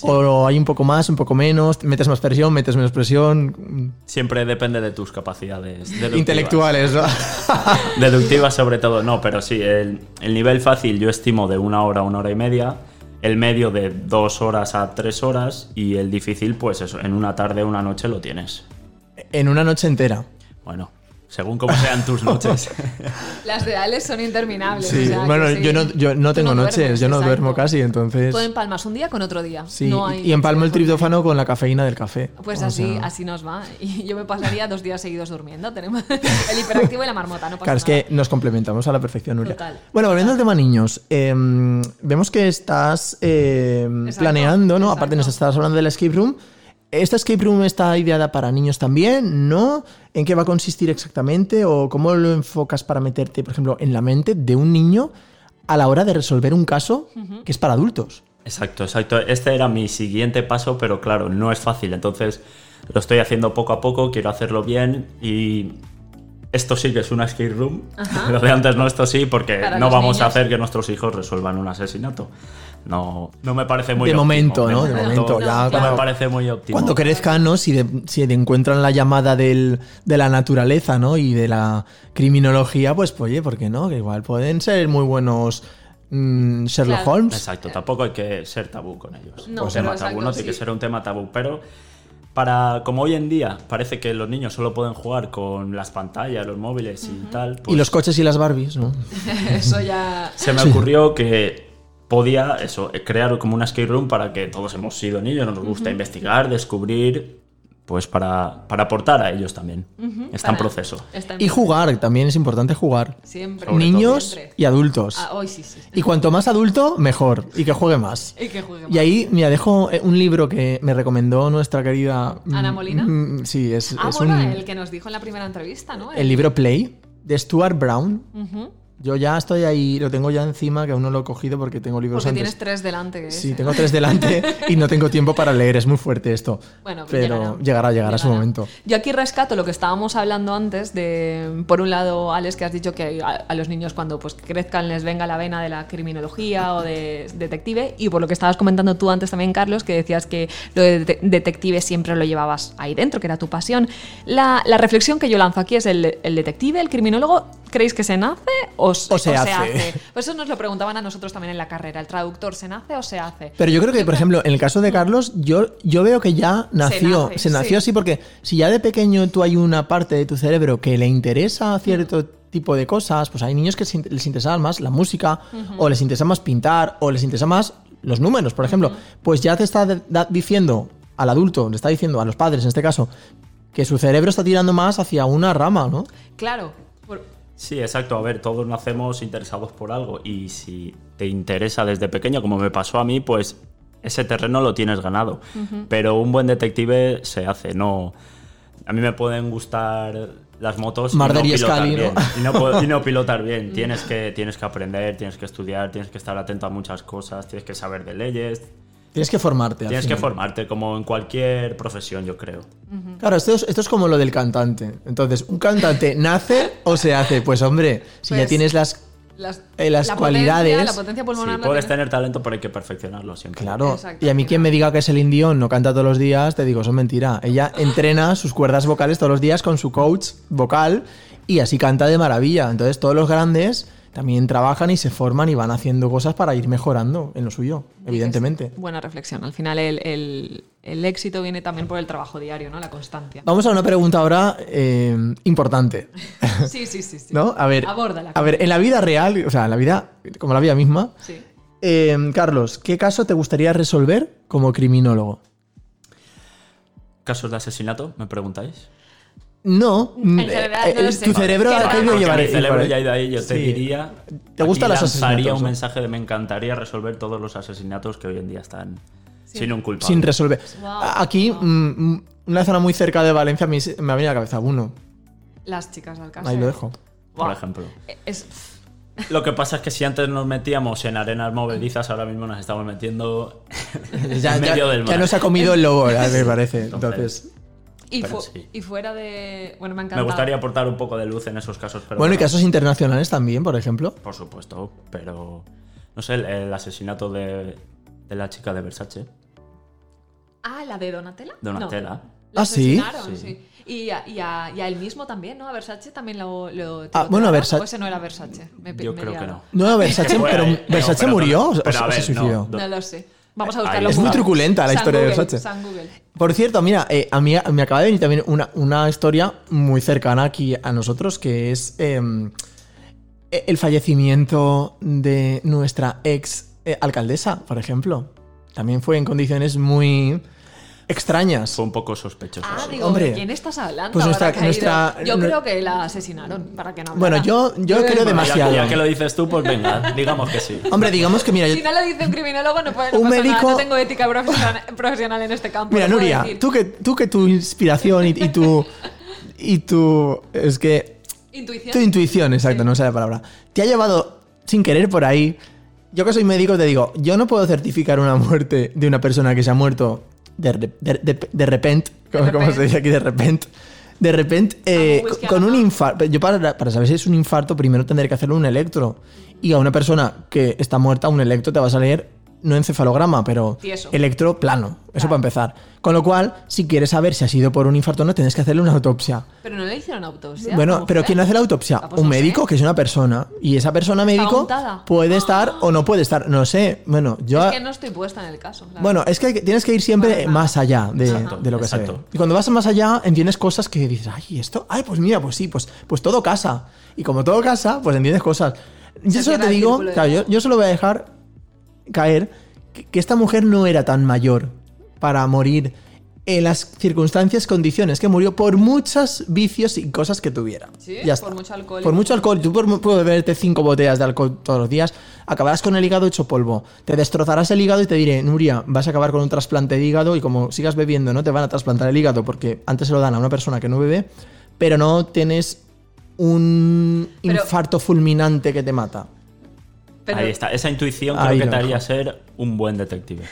O hay un poco más, un poco menos, metes más presión, metes menos presión. Siempre depende de tus capacidades deductivas. Intelectuales, ¿no? Deductiva sobre todo, no, pero sí, el, el nivel fácil yo estimo de una hora a una hora y media, el medio de dos horas a tres horas y el difícil pues eso, en una tarde o una noche lo tienes. <laughs> en una noche entera. Bueno, según como sean tus noches. Las de Alex son interminables. Sí, o sea que bueno, sí. yo no, yo no Tú tengo noches, duermes, yo no exacto. duermo casi, entonces... Tú empalmas un día con otro día. Sí, No y- hay- y empalmo el triptófano con la cafeína del café. <laughs> Pues O así, sea, así nos va. Y yo me pasaría dos días seguidos durmiendo. Tenemos <laughs> el hiperactivo y la marmota, no pasa Claro, es nada. que nos complementamos a la perfección, Nuria. Total. Bueno, volviendo al tema niños, eh, vemos que estás eh, Exacto, planeando, ¿no? Aparte nos exacto. estás hablando de la escape room. ¿Esta escape room está ideada para niños también? ¿No? ¿En qué va a consistir exactamente? ¿O cómo lo enfocas para meterte, por ejemplo, en la mente de un niño a la hora de resolver un caso que es para adultos? Exacto, exacto. Este era mi siguiente paso, pero claro, no es fácil. Entonces lo estoy haciendo poco a poco, quiero hacerlo bien y esto sí que es una escape room. Lo <laughs> de antes no, esto sí, porque Para no los vamos a niños. hacer que nuestros hijos resuelvan un asesinato. No, no me parece muy De óptimo. momento, ¿no? De momento, ya no cuando- me parece muy óptimo. Cuando crezcan, ¿no? Si, de- si te encuentran la llamada del- de la naturaleza, ¿no? Y de la criminología, pues, oye, ¿por qué no? Que igual pueden ser muy buenos mm, Sherlock Claro. Holmes. Exacto, tampoco hay que ser tabú con ellos. No, Un tema pero tabú, exacto, no tiene que sí. ser un tema tabú, pero para como hoy en día parece que los niños solo pueden jugar con las pantallas, los móviles y tal, Y pues los coches y las Barbies, ¿no? <laughs> Eso ya. se me ocurrió que podía eso, eh, crear como una escape room para que todos hemos sido niños, nos gusta investigar, descubrir, pues para, para aportar a ellos también. Está en Para- proceso. está en- Y jugar, también es importante jugar. Siempre. Sobre Niños Siempre. y adultos. Ah, hoy sí, sí. Y cuanto más adulto, mejor. Y que juegue más. Y que juegue Y ahí, mira, dejo eh, un libro que me recomendó nuestra querida... mm, ¿Ana Molina? mm, Sí, es, Ah, es bueno, un- el que nos dijo en la primera entrevista, ¿no? el libro Play de Stuart Brown. Ujú. Yo ya estoy ahí, lo tengo ya encima, que aún no lo he cogido porque tengo libros Porque antes. tienes tres delante. de Sí, ese. tengo tres delante y no tengo tiempo para leer, es muy fuerte esto. Bueno, pues pero llegará, llegará su momento. Yo aquí rescato lo que estábamos hablando antes de, por un lado, Alex, que has dicho que a, a los niños cuando pues crezcan les venga la vena de la criminología o de detective, y por lo que estabas comentando tú antes también, Carlos, que decías que lo de det- detective siempre lo llevabas ahí dentro, que era tu pasión. La, la reflexión que yo lanzo aquí es el, el detective, el criminólogo, ¿creéis que se nace o, s- O se hace. Pues eso nos lo preguntaban a nosotros también en la carrera, ¿el traductor se nace o se hace? Pero yo creo que, por ejemplo, en el caso de Carlos, yo, yo veo que ya nació, se, nace, nació sí. así porque si ya de pequeño tú hay una parte de tu cerebro que le interesa cierto tipo de cosas, pues hay niños que se in- les interesaba más la música, o les interesa más pintar, o les interesa más los números, por ejemplo, pues ya te está de- da- diciendo al adulto, le está diciendo a los padres en este caso, que su cerebro está tirando más hacia una rama, ¿no? Claro. por- Sí, exacto. A ver, todos nacemos interesados por algo y si te interesa desde pequeño, como me pasó a mí, pues ese terreno lo tienes ganado. Pero un buen detective se hace, no... A mí me pueden gustar las motos y no, Murder y pilotar Scully, ¿no? bien, y no puedo- <laughs> y no pilotar bien. Tienes que, tienes que aprender, tienes que estudiar, tienes que estar atento a muchas cosas, tienes que saber de leyes, Tienes que formarte. al tienes que final. formarte como en cualquier profesión, yo creo. Claro, esto es, esto es como <laughs> lo del cantante. Entonces, ¿un cantante nace o se hace? Pues hombre, si ya Pues- tienes las Las, Eh, las la cualidades- Potencia, la potencia Sí, pulmonar. la puedes tienes- tener talento, pero hay que perfeccionarlo siempre. Claro. Exacto. Y a mí quien me diga que es el Dion no canta todos los días, te digo, eso es mentira. Ella entrena sus cuerdas vocales todos los días con su coach vocal y así canta de maravilla. Entonces todos los grandes también trabajan y se forman y van haciendo cosas para ir mejorando en lo suyo, evidentemente. Buena reflexión. Al final el, el- el éxito viene también por el trabajo diario, ¿no? La constancia. Vamos a una pregunta ahora eh, importante. Sí, sí, sí. sí. ¿No? A ver, Abórdala. a ver, en la vida real, o sea, en la vida, como la vida misma, Sí. eh, Carlos, ¿qué caso te gustaría resolver como criminólogo? ¿Casos de asesinato? ¿Me preguntáis? No, mm, general, eh, no lo eh, sé. tu cerebro Vale. ha Qué querido raro. llevar Mi cerebro llevar- ya ha ido ahí, yo te Sí. diría. ¿Te gustan aquí los lanzaría asesinatos, un no? mensaje de me encantaría resolver todos los asesinatos que hoy en día están sin un culpable. sin resolver. Wow. A- Aquí, mm, mm, una zona muy cerca de Valencia, a mí se- me ha venido a la cabeza uno. Las chicas del caso. Ahí lo dejo. por Wow. ejemplo. Es, Lo que pasa es que si antes nos metíamos en arenas movedizas, ahora mismo nos estamos metiendo en <laughs> Ya, ya- medio del ya mar. nos ha comido el lobo, ¿verdad? me parece. <laughs> Entonces, Entonces, y, Pero fu- sí. y fuera de. Bueno, me ha Me encantado. gustaría aportar un poco de luz en esos casos. Pero bueno, y casos internacionales también, por ejemplo. Por supuesto, pero. No sé, el, el asesinato de, de la chica de Versace, Ah, la de Donatella. Donatella. No. La Ah, sí. asesinaron, Sí. sí. Y, a, y, a, y a él mismo también, ¿no? A Versace también lo. Ah, lo tirotearon, bueno, a Versa- ¿o ese no era Versace. Me pi- Yo me he creo que liado. no. No, Versace, <laughs> Bueno, pero eh, Versace no, pero- murió o- pero a o se ver, no, suicidó. no. No lo sé. Vamos a buscarlo. ahí Es muy está. truculenta la San historia de Google, Versace. San Google. Por cierto, mira, eh, a mí me acaba de venir también una, una historia muy cercana aquí a nosotros, que es eh, el fallecimiento de nuestra ex eh, alcaldesa, por ejemplo. También fue en condiciones muy extrañas. Fue un poco sospechoso. Ah, sí. digo, Pues Hombre. ¿de quién estás hablando? Pues nuestra- Habrá caído. nuestra- yo nu- creo que la asesinaron, para que no hablara. Bueno, yo- yo creo que- demasiado. Ya, ya que lo dices tú, pues venga, digamos <laughs> que sí. Hombre, digamos que mira, yo- Si no lo dice un criminólogo, no, puede, no Un pasa nada, médico- no tengo <laughs> ética profesional, profesional en este campo. mira no puedo Nuria, decir. tú que, tú que tu inspiración y, y tu... Y tu... Es que... Intuición. Tu intuición, exacto, no sé la palabra. Te ha llevado sin querer por ahí. Yo que soy médico te digo, yo no puedo certificar una muerte de una persona que se ha muerto de, re- de, de- de repente, como, como se repente. dice aquí, de repente. De repente, eh, Ah, whisky a con la un mano. infarto. Yo para, para saber si es un infarto, primero tendré que hacerle un electro. Y a una persona que está muerta, un electro te va a salir, no encefalograma, pero Tieso. electro plano. Eso Claro. para empezar. Con lo cual, si quieres saber si ha sido por un infarto o no, tienes que hacerle una autopsia. Pero no le hicieron autopsia. Bueno, ¿Cómo pero fue? ¿quién hace la autopsia? Ah, pues un no sé. médico, que es una persona. Y esa persona médico untada. puede estar o no puede estar. No sé. Bueno, yo. Es que no estoy puesta en el caso. la Bueno, es que hay que- tienes que ir siempre Vale, vale. más allá de, Exacto, de lo que se ve. exacto. Y cuando vas más allá, entiendes cosas que dices, ay, esto, ay, pues mira, pues sí, pues, pues todo casa. Y como todo casa, pues entiendes cosas. Yo solo Se cierra te el digo, círculo de claro, yo, casa. yo solo voy a dejar caer que, que esta mujer no era tan mayor para morir en las circunstancias, condiciones que murió por muchos vicios y cosas que tuviera. Sí, Ya está. por mucho alcohol Por y por mucho alcohol. Tú por mu- puedes beberte cinco botellas de alcohol todos los días, acabarás con el hígado hecho polvo. Te destrozarás el hígado y te diré, Nuria, vas a acabar con un trasplante de hígado y como sigas bebiendo no te van a trasplantar el hígado porque antes se lo dan a una persona que no bebe, pero no tienes un Pero- infarto fulminante que te mata. Pero- Ahí está. Esa intuición Ahí creo que lo te haría dejo. ser un buen detective.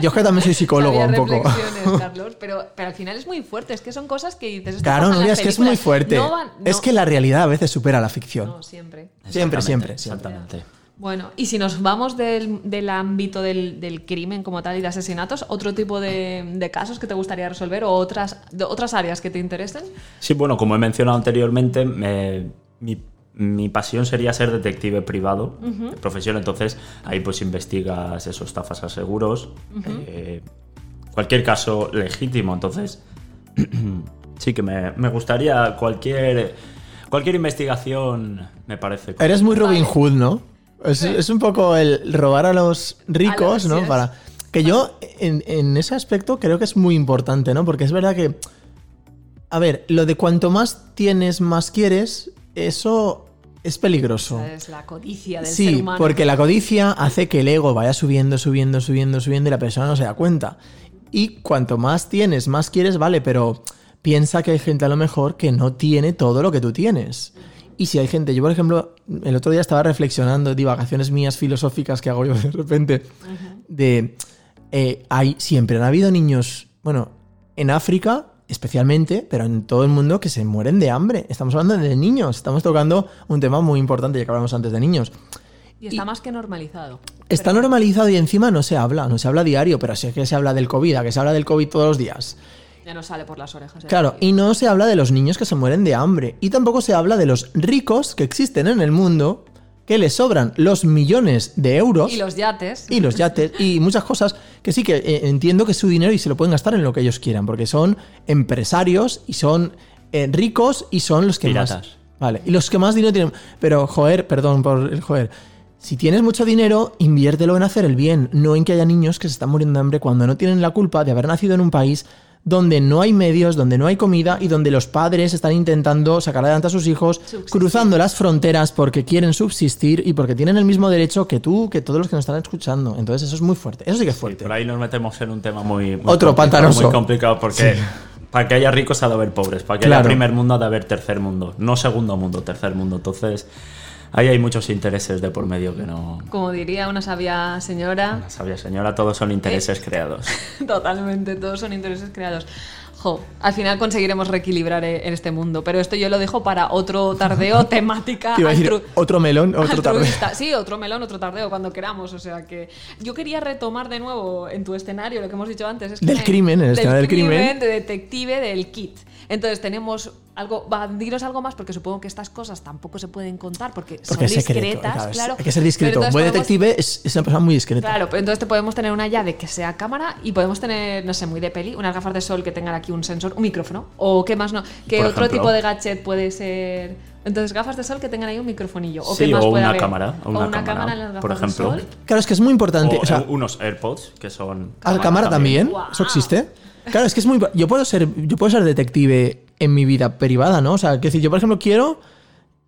Yo es que <laughs> también soy psicólogo Sabía un poco. <laughs> reflexiones, Carlos, pero, pero al final es muy fuerte, es que son cosas que dices. esto Claro, pasa en Nuria, las es que es muy películas. fuerte. No van- no- Es que la realidad a veces supera la ficción. No, siempre. Siempre, Exactamente, siempre, Exactamente. Bueno, y si nos vamos del, del ámbito del, del crimen como tal y de asesinatos, ¿otro tipo de, de casos que te gustaría resolver o otras, de otras áreas que te interesen? Sí, bueno, como he mencionado anteriormente, me- mi, mi pasión sería ser detective privado de profesión. Entonces, ahí pues investigas esos estafas a seguros, eh, cualquier caso legítimo. Entonces, <clears throat> sí que me, me gustaría cualquier, cualquier investigación, me parece. Eres muy Robin Vale. Hood, ¿no? Es, es un poco el robar a los ricos, así ¿no? es. Para. Que yo, en, en ese aspecto, creo que es muy importante, ¿no? Porque es verdad que. A ver, lo de cuanto más tienes, más quieres, eso es peligroso. Es la codicia del ser Sí, humano. porque la codicia hace que el ego vaya subiendo, subiendo, subiendo, subiendo y la persona no se da cuenta. Y cuanto más tienes, más quieres, vale, pero piensa que hay gente a lo mejor que no tiene todo lo que tú tienes. Y si hay gente, yo por ejemplo, el otro día estaba reflexionando, divagaciones mías filosóficas que hago yo <laughs> de repente, de eh, hay, siempre han habido niños, bueno, en África especialmente, pero en todo el mundo, que se mueren de hambre. Estamos hablando de niños, estamos tocando un tema muy importante ya que hablamos antes de niños. Y está más que normalizado. Está normalizado y encima no se habla, no se habla diario, pero sí que se habla del COVID, a que se habla del COVID todos los días. Ya no sale por las orejas. ¿eh? Claro, y no se habla de los niños que se mueren de hambre. Y tampoco se habla de los ricos que existen en el mundo, que les sobran los millones de euros Y los yates. y los yates y muchas cosas que sí que eh, entiendo que es su dinero y se lo pueden gastar en lo que ellos quieran, porque son empresarios y son eh, ricos y son los que más. Piratas. Vale, y los que más dinero tienen. Pero, joder, perdón por el joder. Si tienes mucho dinero, inviértelo en hacer el bien, no en que haya niños que se están muriendo de hambre cuando no tienen la culpa de haber nacido en un país donde no hay medios, donde no hay comida y donde los padres están intentando sacar adelante a sus hijos, cruzando las fronteras porque quieren subsistir y porque tienen el mismo derecho que tú, que todos los que nos están escuchando. Entonces eso es muy fuerte. Eso sí que es Y fuerte. por ahí nos metemos en un tema muy, muy Otro complicado, pantanoso. Muy complicado porque para que haya ricos ha de haber pobres, para que Claro. haya primer mundo ha de haber tercer mundo, no segundo mundo, tercer mundo. Entonces ahí hay muchos intereses de por medio que no. Como diría una sabia señora, <laughs> no sabía señora, todos son intereses creados. Totalmente, todos son intereses creados. Jo, al final conseguiremos reequilibrar eh, en este mundo, pero esto yo lo dejo para otro <laughs> tardeo temática. Te iba a decir Ah, altru- otro melón, <laughs> otro tardeo. <laughs> altruista. Sí, otro melón, otro tardeo, cuando queramos. O sea que yo quería retomar de nuevo en tu escenario lo que hemos dicho antes. es que Del me- crimen, el del escenario del crimen. de detective, del kit. Entonces tenemos algo, va, diros algo más porque supongo que estas cosas tampoco se pueden contar porque, Porque es son secreto. discretas, claro, es- claro. Hay que ser Pero discreto. Un entonces buen podemos- detective es, es una persona muy discreta. Claro, pero entonces te podemos tener una llave que sea cámara y podemos tener, no sé, muy de peli, unas gafas de sol que tengan aquí un sensor, un micrófono, o qué más no, que Por otro ejemplo. tipo de gadget puede ser. Entonces, gafas de sol que tengan ahí un microfonillo, o Sí, qué más o puede una haber. cámara, O o una, una cámara, cámara, en las gafas por ejemplo. de sol. Claro, es que es muy importante. O eh, o sea, unos AirPods que son. Ah, cámara, también. ¿Eso existe? Claro, es que es muy. Yo puedo ser, yo puedo ser detective en mi vida privada, ¿no? O sea, que si yo, por ejemplo, quiero.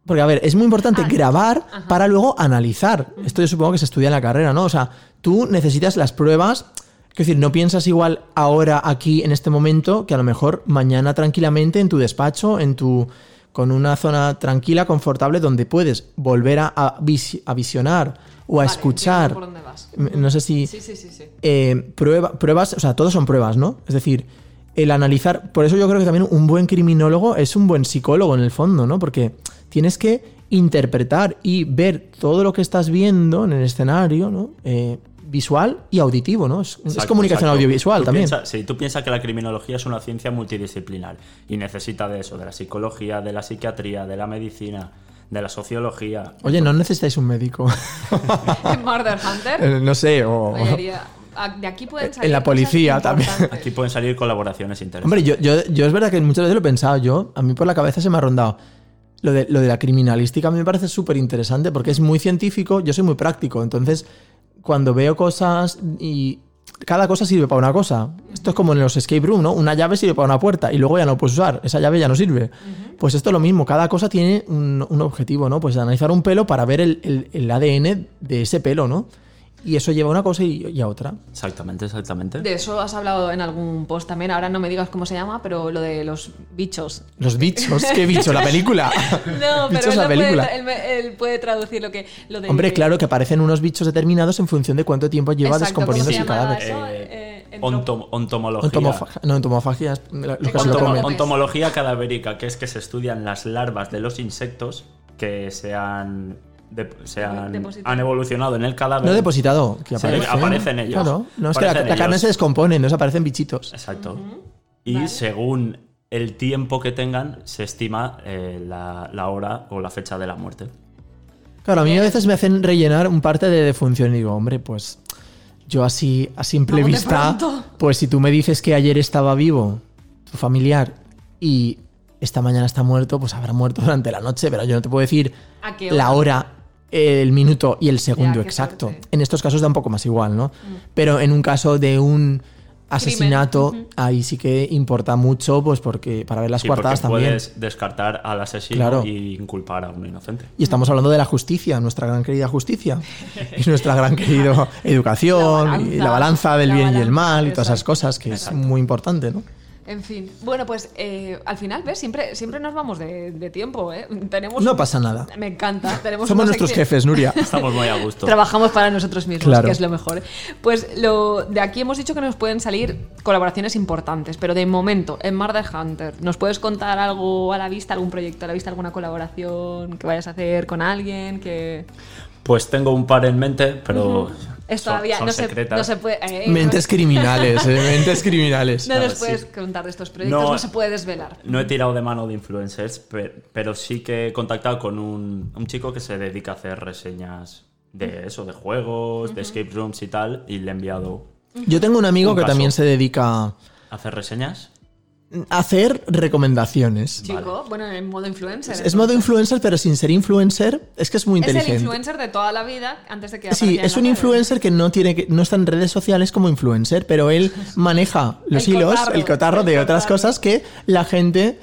Porque, a ver, es muy importante grabar para luego analizar. Esto yo supongo que se estudia en la carrera, ¿no? O sea, tú necesitas las pruebas. Es decir, no piensas igual ahora, aquí, en este momento, que a lo mejor mañana tranquilamente en tu despacho, en tu. con una zona tranquila, confortable, donde puedes volver a, a visi- a visionar o a Vale, escuchar. entiendo por dónde vas. M- No sé si Sí, sí, sí, sí. <laughs> eh, prueba- pruebas, o sea, todos son pruebas, ¿no? Es decir, el analizar, por eso yo creo que también un buen criminólogo es un buen psicólogo en el fondo, ¿no? Porque tienes que interpretar y ver todo lo que estás viendo en el escenario, ¿no? Eh, visual y auditivo, ¿no? Es, es Exacto, comunicación exacto. audiovisual Tú también. piensa- sí, tú piensas que la criminología es una ciencia multidisciplinar y necesita de eso, de la psicología, de la psiquiatría, de la medicina, de la sociología. Oye, no necesitáis un médico. <laughs> Murder Hunter. Eh, no sé, o... mayoría- a- de aquí pueden En salir la cosas policía también. importantes. <laughs> Aquí pueden salir colaboraciones interesantes. Hombre, yo, yo, yo es verdad que muchas veces lo he pensado yo. A mí por la cabeza se me ha rondado. Lo de, lo de la criminalística a mí me parece súper interesante porque es muy científico, yo soy muy práctico. Entonces, cuando veo cosas y cada cosa sirve para una cosa. Esto es como en los escape room, ¿no? Una llave sirve para una puerta y luego ya no puedes usar. Esa llave ya no sirve. Pues esto es lo mismo. Cada cosa tiene un, un objetivo, ¿no? Pues analizar un pelo para ver el, el- el ADN de ese pelo, ¿no? Y eso lleva a una cosa y, y a otra. Exactamente, exactamente. De eso has hablado en algún post también. Ahora no me digas cómo se llama, pero lo de los bichos Los bichos. ¿Qué bicho? La película. <laughs> <laughs> No, Bichos, pero él, la no película. Puede, él me- él puede traducir lo que. Lo de, Hombre, claro que aparecen unos bichos determinados en función de cuánto tiempo lleva Exacto, descomponiéndose el ¿cómo se llama? cadáver. Eh, eso, entró- ontom- ontomología. Entomofagia- no, entomofagia es la- los que se lo comen. Ontomo- Entomología. ontomología cadavérica, que es que se estudian las larvas de los insectos que se han, de- se han, Depositado. han evolucionado en el cadáver. No depositado, que Sí, aparecen. aparecen ellos. Claro, no, es que la, Aparecen la carne ellos. se descompone, entonces aparecen bichitos. Exacto. Y según el tiempo que tengan, se estima eh, la, la hora o la fecha de la muerte. Claro, a mí a veces me hacen rellenar un parte de defunción y digo, hombre, pues yo así a simple Vamos de vista, pronto. pues si tú me dices que ayer estaba vivo tu familiar y esta mañana está muerto, pues habrá muerto durante la noche, pero yo no te puedo decir ¿A qué la hora, el minuto y el segundo qué exacto. fuerte. Mm. En estos casos da un poco más igual, ¿no? Pero en un caso de un asesinato, ahí sí que importa mucho, pues porque para ver las Sí, porque cuartadas también. puedes descartar al asesino Claro. y inculpar a un inocente. Y estamos hablando de la justicia, nuestra gran querida <laughs> justicia. Y nuestra gran querida educación, La balanza. y la balanza del La bien y el balanza, mal, y todas esas exacto, cosas, que es muy importante, ¿no? Eh, En fin. Bueno, pues eh, al final, ¿ves? Siempre, siempre nos vamos de, de tiempo, ¿eh? Tenemos No pasa nada. Me encanta. Tenemos Somos una nuestros sección- jefes, <laughs> Nuria. Estamos muy a gusto. Trabajamos para nosotros mismos, Claro. que es lo mejor. Pues lo de aquí hemos dicho que nos pueden salir colaboraciones importantes, pero de momento, en Murder Hunter, ¿nos puedes contar algo a la vista, algún proyecto a la vista, alguna colaboración que vayas a hacer con alguien? Que Pues tengo un par en mente, pero es son- todavía son no, se, secretas. no se puede. <laughs> eh, Mentes criminales, eh, mentes criminales. no nos Claro, puedes sí. contar de estos proyectos, no, No. se puede desvelar. No he tirado de mano de influencers, pe- pero, sí que he contactado con un, un chico que se dedica a hacer reseñas de eso, de juegos, de escape rooms y tal, y le he enviado Yo tengo un amigo Un que caso. también se dedica a hacer reseñas. a hacer recomendaciones. Chico, bueno, en modo influencer. Es modo influencer, pero sin ser influencer, es que es muy Es el inteligente. influencer de toda la vida antes de Sí, que apareciera en es la un red. influencer que no tiene que, no está en redes sociales como influencer, pero <laughs> él maneja los El hilos, cotarro, el cotarro de el otras cotarro. cosas que la gente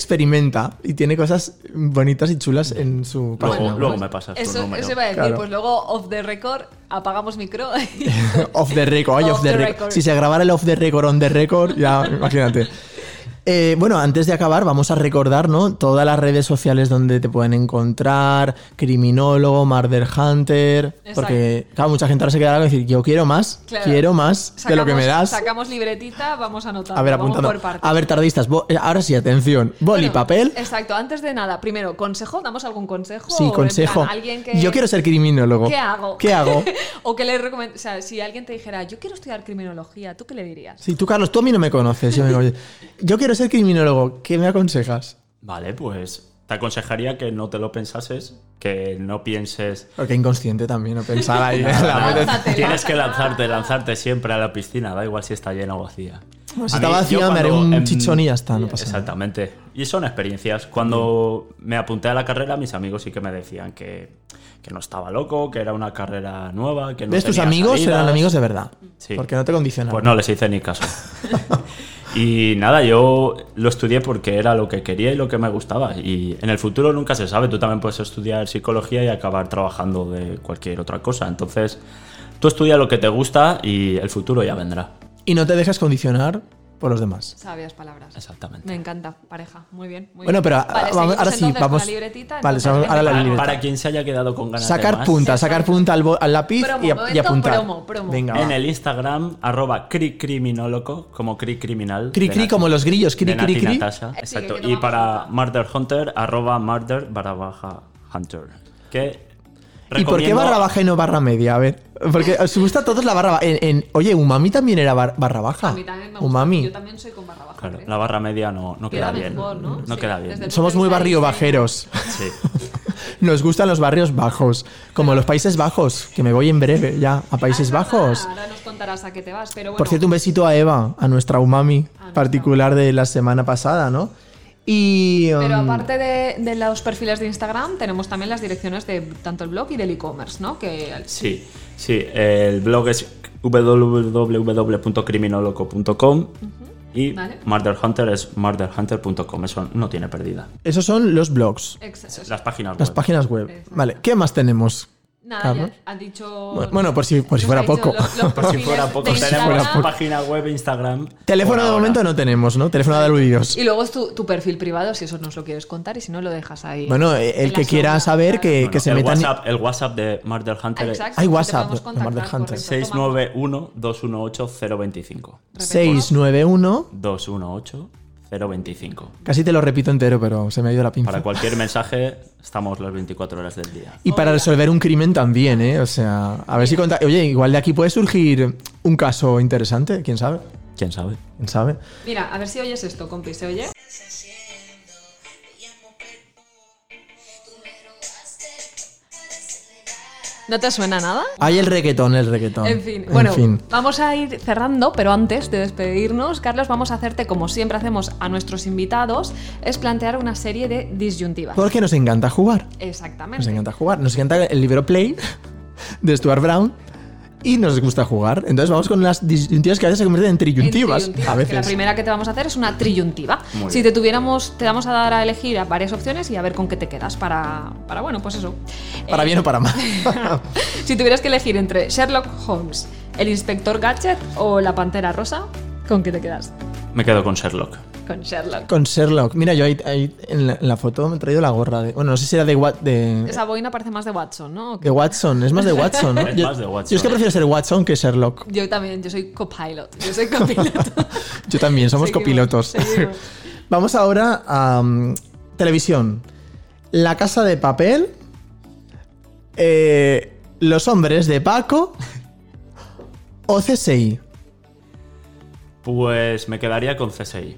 experimenta y tiene cosas bonitas y chulas en su Luego, página. luego web. me pasas tu pues Eso, número. eso iba a decir, Claro. pues luego off the record apagamos micro. <laughs> off the record, ay, Off off, the, the record. record. Si se grabara el off the record, on the record, <laughs> ya, imagínate. Eh, bueno, antes de acabar, vamos a recordar, ¿no? Todas las redes sociales donde te pueden encontrar, criminólogo, murder hunter, porque claro, mucha gente ahora se queda y decir, yo quiero más, Claro. quiero más de lo que me das. Sacamos libretita, vamos anotando. A ver, vamos apuntando. por partes. A ver, tardistas, bo- eh, ahora sí, atención, boli, Bueno, papel. Exacto, antes de nada, primero, consejo, damos algún consejo. O Sí, en consejo. plan, alguien que- Yo quiero ser criminólogo. ¿Qué hago? ¿Qué hago? <laughs> o que le recomiendo, o sea, si alguien te dijera, yo quiero estudiar criminología, ¿tú qué le dirías? Si tú, Carlos, tú a mí no me conoces. Yo, me digo, yo quiero ser criminólogo. ¿Qué me aconsejas? Vale, pues te aconsejaría que no te lo pensases, que no pienses... Porque inconsciente también, no pensaba <laughs> ahí. <laughs> la Lánzate, metes- lánzate. Tienes que lanzarte, lanzarte siempre a la piscina, da igual si está llena o vacía. Bueno, si A está mí, vacía, yo me haré cuando, un em, chichón y ya está, no pasa nada. Exactamente. Y son experiencias. Cuando me apunté a la carrera, mis amigos sí que me decían que, que no estaba loco, que era una carrera nueva, que no ¿Ves? Tus tenía amigos salidas. eran amigos de verdad. Sí. Porque no te condicionan. Pues no les hice ni <laughs> caso. y nada, yo lo estudié porque era lo que quería y lo que me gustaba. Y en el futuro nunca se sabe. Tú también puedes estudiar psicología y acabar trabajando de cualquier otra cosa. Entonces, tú estudia lo que te gusta y el futuro ya vendrá. Y no te dejas condicionar por los demás. Sabias palabras. Exactamente. Me encanta, pareja. Muy bien. Muy Bueno, bien. pero Vale, ah, seguimos ahora sí, entonces con vamos. la libretita, Vale, entonces, vamos- ahora la Para- libreta. Para quien se haya quedado con ganas de Sacar más, punta, sacar punta al, bo- al lápiz Promo, y, a- momento y apuntar. promo, promo. Venga, va. En el Instagram, arroba cricriminoloco, como cricriminal. Cri, de cri, Nati- como los grillos, cri, de cri, Nati cri. Natasha, Eh, sí, Exacto. que Y tomamos para nota. murder hunter, arroba murder barra baja hunter. Que ¿Y por qué recomiendo- barra baja y no barra media? A ver. Porque os gusta a todos la barra baja. En, en- oye, Umami también era bar- barra baja. A mí también me gusta. Umami. Yo también soy con barra baja. Claro, ¿eh? la barra media no, no Queda queda, bien. mejor, ¿no? Sí, queda bien. desde el- Somos muy barrio bajeros. <laughs> Sí. Nos gustan los barrios bajos. Como los Países Bajos, que me voy en breve ya a Países Ah, es verdad, Bajos. Ahora nos contarás a qué te vas, pero bueno. Por cierto, un besito a Eva, a nuestra umami nuestra particular de la semana pasada, ¿no? Y. Pero um, aparte de, de los perfiles de Instagram, tenemos también las direcciones de tanto el blog y del e-commerce, ¿no? Que Sí, sí. El blog es www.criminoloco.com y Vale. murder hunter es murderhunter.com. Eso no tiene pérdida. Esos son los blogs, ex- o sea, Las páginas las web. páginas web. Vale, ¿qué más tenemos? nada, Carlos. ya ha dicho. Bueno, bueno, por si- <laughs> por si nos fuera ha dicho poco. lo- los Por si perfiles fuera de poco, Instagram. tenemos página web, Instagram. Teléfono Por de ahora. momento no tenemos, ¿no? Teléfono de aludidos. Y luego es tu, tu perfil privado, si eso nos lo quieres contar, y si no, lo dejas ahí. Bueno, eh, en el la que quiera sombra, saber claro. que, Bueno, que se el, metan. WhatsApp, el WhatsApp de Murder Ah, Hunter es Exacto, Hay que te WhatsApp podemos de Murder contactar, Hunter. correcto, toma nota. 691-218-025. Repetimos. 691. 218-025. Casi te lo repito entero, pero se me ha ido la pinza. Para cualquier mensaje, estamos las 24 horas del día. Y para resolver un crimen también, ¿eh? O sea, a ver si conta. Oye, igual de aquí puede surgir un caso interesante, quién sabe. ¿Quién sabe? ¿Quién sabe? Mira, a ver si oyes esto, compi, ¿se oye? ¿No te suena nada? Hay el reggaetón, el reggaetón. En fin, bueno, fin. vamos a ir cerrando, pero antes de despedirnos, Carlos, vamos a hacerte, como siempre hacemos a nuestros invitados, es plantear una serie de disyuntivas. Porque nos encanta jugar. Nos Exactamente. encanta jugar. Pues, Nos encanta el libro Play de Stuart Brown. Y nos gusta jugar. Entonces vamos con las disyuntivas que a veces se convierten en En triyuntivas. a que la veces. primera que te vamos a hacer es una triyuntiva. Muy Si bien. te tuviéramos, te vamos a dar a elegir a varias opciones y a ver con qué te quedas para, para bueno, pues eso. Para Eh, bien o para <laughs> mal. Si tuvieras que elegir entre Sherlock Holmes, el inspector Gadget o la pantera rosa, ¿con qué te quedas? Me quedo con Sherlock. Con Sherlock. Con Sherlock. Mira, yo ahí, ahí en, la, en la foto me he traído la gorra. De, bueno, no sé si era de, Wa- de, Esa boina parece más de Watson, ¿no? ¿O qué? de Watson. Es más de Watson, ¿no? Es yo, más de Watson. yo es que prefiero ser Watson que Sherlock. Yo también, yo soy copilot. Yo soy copilot. Yo también, <laughs> somos Seguimos, copilotos. seguimos. Vamos ahora a mm, televisión. La casa de papel. eh, los hombres de Paco. O CSI. Pues me quedaría con CSI.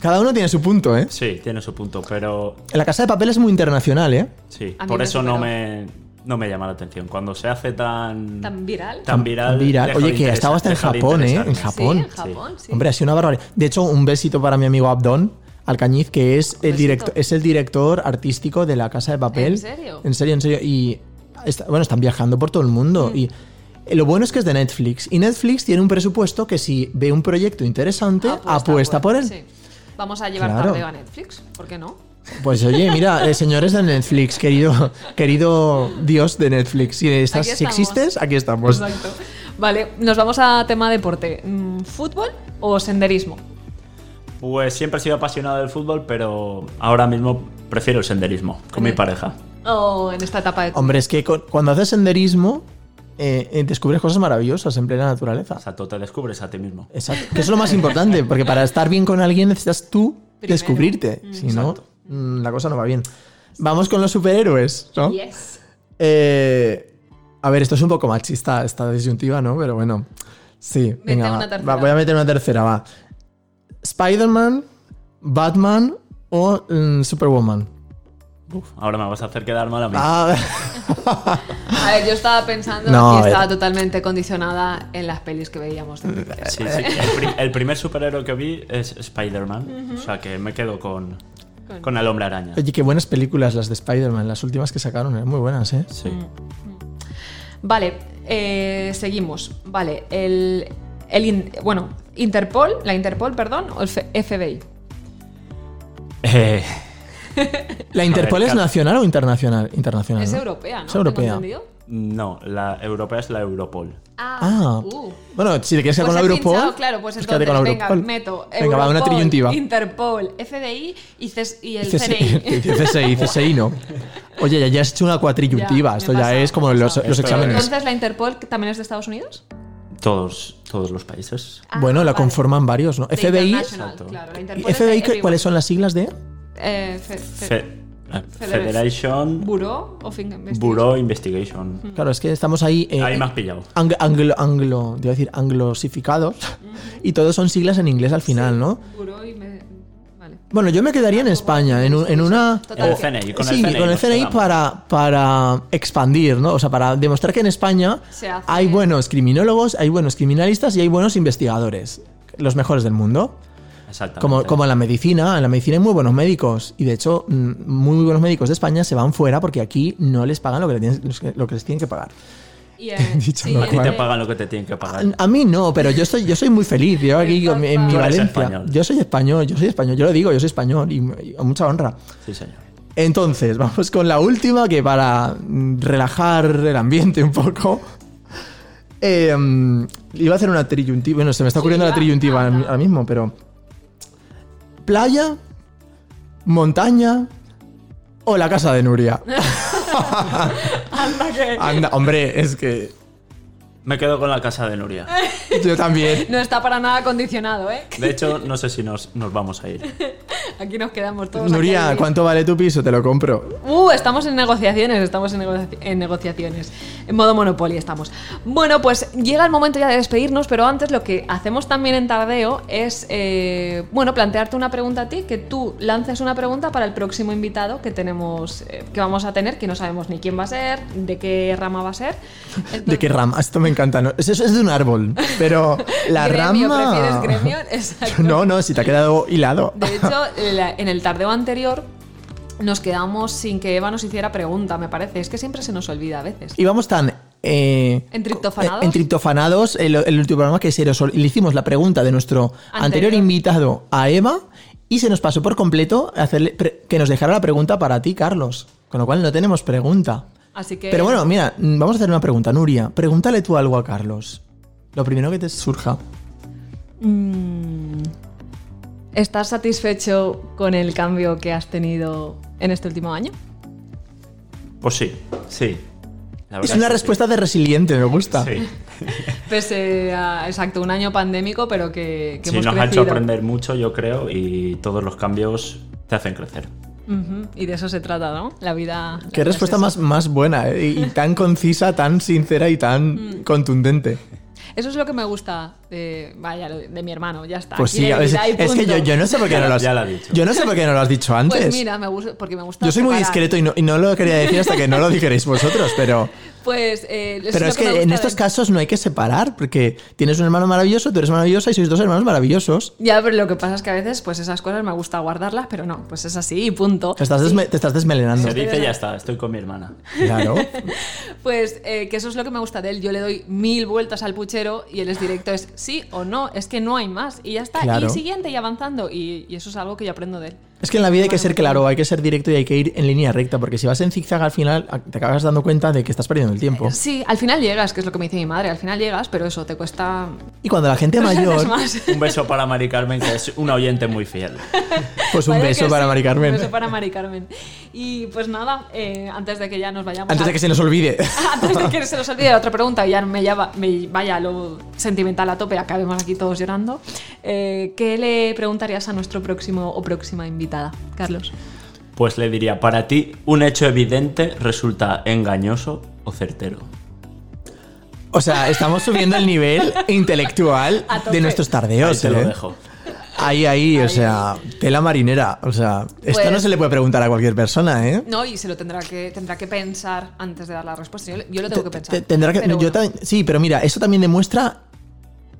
Cada uno tiene su punto, ¿eh? Sí, tiene su punto, pero La casa de papel es muy internacional, ¿eh? sí. A mí Por me eso no superó. me, no me llama la atención. Cuando se hace tan. Tan viral. tan viral. viral. deja Oye, de que ha estado hasta en interesa- deja de Japón, ¿eh? interesarme. En Japón. Sí, en Japón, sí. Hombre, ha sido una barbaridad. De hecho, un besito para mi amigo Abdón Alcañiz, que es el, directo, es el director artístico de La Casa de Papel. ¿En serio? En serio, en serio. Y está- bueno, están viajando por todo el mundo. Y eh, lo bueno es que es de Netflix. Y Netflix tiene un presupuesto que si ve un proyecto interesante, apuesta, por él. sí. Vamos a llevar Claro. tarde a Netflix, ¿por qué no? Pues oye, mira, eh, señores de Netflix, querido, querido Dios de Netflix, si, estás, Aquí si estamos. Pues existes, aquí estamos. Exacto. Vale, nos vamos a tema deporte. Mm, ¿Fútbol o senderismo? Pues siempre he sido apasionado del fútbol, pero ahora mismo prefiero el senderismo con mi pareja. O Oh, en esta etapa de Hombre, es que con- cuando haces senderismo, eh, eh, descubres cosas maravillosas en plena naturaleza. O sea, tú te descubres a ti mismo. Exacto. Que eso es lo más importante, porque para estar bien con alguien necesitas tú Primero. descubrirte. Si no, mm, la cosa no va bien. Vamos con los superhéroes, ¿no? Yes. Eh, a ver, esto es un poco machista, esta disyuntiva, ¿no? Pero bueno. Sí, venga, una va. tercera. Va, voy a meter una tercera, va. Spider-Man, Batman o mm, Superwoman. Uf, ahora me vas a hacer quedar mal a mí. Ah, <laughs> A ver, yo estaba pensando No, a y ver. estaba totalmente condicionada en las pelis que veíamos. de pequeños. eh. Sí, sí. El, pri- el primer superhéroe que vi es Spider-Man. O sea, que me quedo con, con el hombre araña. oye, qué buenas películas las de Spider-Man, las últimas que sacaron, eran muy buenas, ¿eh? Sí. Mm. Vale, eh, seguimos. Vale, el, el in- bueno, Interpol, la Interpol, perdón, o el F- FBI. Eh, ¿La Interpol es claro. nacional o internacional? Internacional. Es ¿no? europea, ¿no? Es europea. ¿Tengo entendido? no, la europea es la Europol. Ah, uh. bueno, si te quieres quedar Pues con la he Europol. pinchado, claro, pues pues entonces, quédate con la venga, Europol. meto. Venga, va, una Europol, triyuntiva. <laughs> Interpol, FDI y, CES y el CSI, CNI. <laughs> CSI, CSI, no. Oye, ya, ya has hecho una Ya, cuatriyuntiva. me Esto he ya pasado, es como me he los, pasado. los Esto exámenes. Entonces, ¿la Interpol que también es de Estados Unidos? Todos, todos los países. Ah, bueno, la vale. conforman varios, ¿no? De FBI. International, Exacto. claro, la Interpol es de FBI, ¿cu- everyone. ¿cuáles son las siglas de? Eh, fe- fe- Fe- eh, Federation Bureau of Investigation. Bureau Investigation. Claro, es que estamos ahí. eh, Ahí me has pillado. ang- anglo, anglo, te iba a decir anglosificados. Y todos son siglas en inglés al final, ¿no? Bureau y me- Vale. Bueno, yo me quedaría en España, en, un- en una. Total, el que- CNI, con sí, el CNI. con el nos CNI quedamos. para, para expandir, ¿no? O sea, para demostrar que en España Se hace- hay buenos criminólogos, hay buenos criminalistas y hay buenos investigadores. Los mejores del mundo. Exactamente. Como, como en la medicina. En la medicina hay muy buenos médicos. Y de hecho, mm, muy buenos médicos de España se van fuera porque aquí no les pagan lo que les tienen- los que- lo que les tienen que pagar. <laughs> Y, eh, Dicho sí, lo A ti el te de- pagan lo que te tienen que pagar. A mí Ah, no, pero yo soy, yo soy muy feliz. Yo aquí con mi- en mi Tú eres Valencia. español. Yo soy español, yo soy español. Yo lo digo, yo soy español y, y a mucha honra. Sí, señor. Entonces, vamos con la última, que para mm, relajar el ambiente un poco. eh, mm, iba a hacer una triyuntiva. Bueno, se me está ocurriendo la triyuntiva ahora ahora mismo, pero. Playa, montaña o la casa de Nuria. <laughs> Anda, hombre, es que Me quedo con la casa de Nuria. yo también. No está para nada condicionado, ¿eh? De hecho, no sé si nos, nos vamos <laughs> a ir. Aquí nos quedamos todos. aquí Nuria, al- ¿cuánto vale tu piso? Te lo compro. Uh, estamos en negociaciones, estamos en, negoci- en negociaciones. En modo Monopoly estamos. Bueno, pues llega el momento ya de despedirnos, pero antes lo que hacemos también en Tardeo es, eh, bueno, plantearte una pregunta a ti, que tú lances una pregunta para el próximo invitado que tenemos, eh, que vamos a tener, que no sabemos ni quién va a ser, de qué rama va a ser. <laughs> ¿De qué rama? Esto me encanta. ¿no? Es, es de un árbol, <laughs> pero la gremio, rama. ¿Prefieres gremio? <laughs> Exacto. No, no, si te ha quedado hilado. De hecho, la- en el tardeo anterior nos quedamos sin que Eva nos hiciera pregunta, me parece. Es que siempre se nos olvida a veces. Íbamos tan. Eh, ¿Entriptofanados? eh, entriptofanados, el, el último programa que se nos ol- le hicimos la pregunta de nuestro anterior, Anterior. invitado a Eva y se nos pasó por completo hacerle pre- que nos dejara la pregunta para ti, Carlos. Con lo cual no tenemos pregunta. Así que. Pero bueno, mira, mm, vamos a hacer una pregunta, Nuria. Pregúntale tú algo a Carlos. Lo primero que te surja. Mm, ¿Estás satisfecho con el cambio que has tenido en este último año? Pues sí, sí. La Es verdad una que sí. respuesta de resiliente, me gusta. Sí. Pese a, exacto, un año pandémico, pero que, que Sí, hemos nos ha hecho crecido. aprender mucho, yo creo, y todos los cambios te hacen crecer. Ujú, Y de eso se trata, ¿no? La vida. la vida Qué es respuesta eso. más, más buena eh, y, y tan concisa, tan sincera y tan Mm. contundente. Eso es lo que me gusta de, vaya, lo de, de mi hermano, ya está. Pues Aquí sí, la es, vida y es que punto. yo, yo no sé por qué Ya no la- lo has, ya la ha dicho. Yo no sé por qué no lo has dicho antes. Pues mira, me gusta, porque me gusta. yo soy muy separar. discreto y no, y no lo quería decir hasta que no lo dijerais vosotros, pero, Pues. eh, eso pero lo es que, me en gusta estos de- casos no hay que separar, porque tienes un hermano maravilloso, tú eres maravillosa y sois dos hermanos maravillosos. Ya, pero lo que pasa es que a veces, pues esas cosas me gusta guardarlas, pero no, pues es así y punto. Te estás, desme- te estás desmelenando. Se dice ya está, estoy con mi hermana. Claro. Pues eh, que eso es lo que me gusta de él. Yo le doy mil vueltas al puchero y él es directo, es sí o no, es que no hay más. Y ya está, Claro. y siguiente y avanzando. Y, y eso es algo que yo aprendo de él. Es que en la vida hay que ser claro, hay que ser directo y hay que ir en línea recta, porque si vas en zigzag al final te acabas dando cuenta de que estás perdiendo el tiempo. Sí, al final llegas, que es lo que me dice mi madre, al final llegas, pero eso te cuesta Y cuando la <laughs> gente mayor, Es más. Un beso para Mari Carmen, que es una oyente muy fiel. pues un Vaya beso que para sí, Mari Un Carmen. beso para Mari Carmen. Y pues nada, eh, antes de que ya nos vayamos. Antes a- de que se nos olvide. <laughs> Antes de que se nos olvide la otra pregunta y ya me, llama- me vaya lo sentimental a tope, acabemos aquí todos llorando. eh, ¿Qué le preguntarías a nuestro próximo o próxima invitada, Carlos? Pues le diría, para ti, un hecho evidente resulta engañoso o certero. O sea, estamos subiendo el nivel intelectual A tope. de nuestros Ahí tardeos. te lo ¿eh? dejo. Ahí, ahí, o sea, tela marinera. O sea, esto Pues- no se le puede preguntar a cualquier persona, ¿eh? No, y se lo tendrá que, tendrá que pensar antes de dar la respuesta. Yo, yo lo tengo que Te- te- pensar. tendrá que- Pero yo bueno. también- sí, pero mira, eso también demuestra.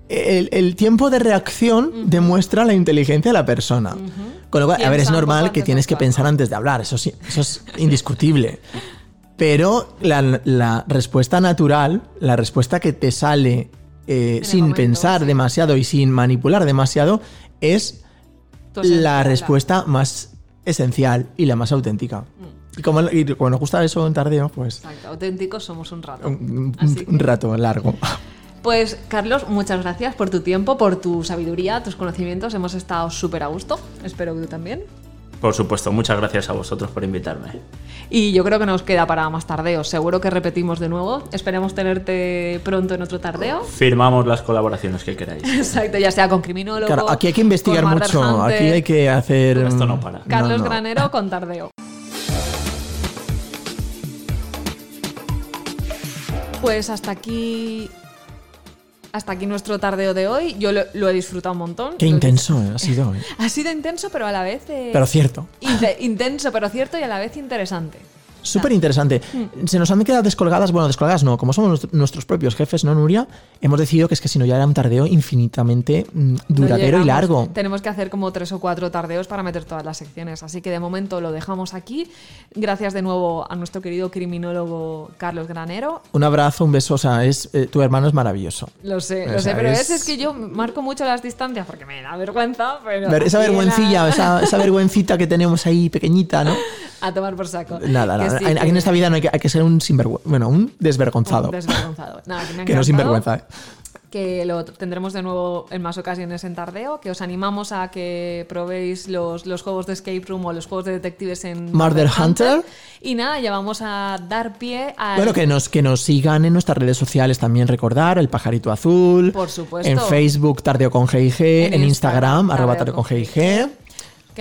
El, el tiempo de reacción demuestra la inteligencia de la persona. Con lo cual, a ver, es Piensa un poco normal que antes de tienes que actuar. pensar antes de hablar, eso sí, eso es indiscutible. Pero la, la respuesta natural, la respuesta que te sale eh, el sin momento, pensar sí. demasiado y sin manipular demasiado, es Tú has la hecho respuesta más esencial y la más auténtica. Mm. Y como, y como nos gusta eso en tardeo, pues Exacto, auténticos somos un rato. un, un- Así que- un rato <laughs> largo. Pues Carlos, muchas gracias por tu tiempo, por tu sabiduría, tus conocimientos. Hemos estado súper a gusto. Espero que tú también. Por supuesto, muchas gracias a vosotros por invitarme. Y yo creo que nos queda para más tardeos. Seguro que repetimos de nuevo. Esperemos tenerte pronto en otro tardeo. Firmamos las colaboraciones que queráis. Exacto, ya sea con criminólogo. Claro, aquí hay que con investigar murder mucho, hunter, aquí hay que hacer... Esto no mm, para. Carlos no. Granero con tardeo. Pues hasta aquí. Hasta aquí nuestro tardeo de hoy. Yo lo, lo he disfrutado un montón. Qué Lo he intenso eh, ha sido, eh. <laughs> Ha sido intenso, pero a la vez. eh, pero cierto. inte- intenso, pero cierto y a la vez interesante. Súper interesante. Mm. Se nos han quedado descolgadas, bueno, descolgadas no, como somos nuestro- nuestros propios jefes, ¿no, Nuria? Hemos decidido que es que si no ya era un tardeo infinitamente mm, No duradero y llegamos. largo. Tenemos que hacer como tres o cuatro tardeos para meter todas las secciones. Así que de momento lo dejamos aquí. Gracias de nuevo a nuestro querido criminólogo Carlos Granero. Un abrazo, un beso, o sea, es, eh, tu hermano es maravilloso. Lo sé, O lo sé, sea, pero es- es... es que yo marco mucho las distancias porque me da vergüenza, pero... Ver- esa aquí en la- vergüencilla, esa, esa vergüencita que tenemos ahí pequeñita, <laughs> ¿no? A tomar por saco. Nada, Que nada. sí, en- aquí en que- esta vida no hay que, hay que ser un sinvergüenza, bueno, un desvergonzado. un Desvergonzado. Nada, que me ha que no encantado. sinvergüenza, ¿eh? que lo tendremos de nuevo en más ocasiones en Tardeo, que os animamos a que probéis los, los juegos de escape room o los juegos de detectives en Murder Hunter. Y nada, ya vamos a dar pie a... Bueno, que nos, que nos sigan en nuestras redes sociales también, recordar, el pajarito azul. Por supuesto. En Facebook, Tardeo con GIG. En, En Instagram, Instagram, arroba Tardeo Tardeo con con GIG.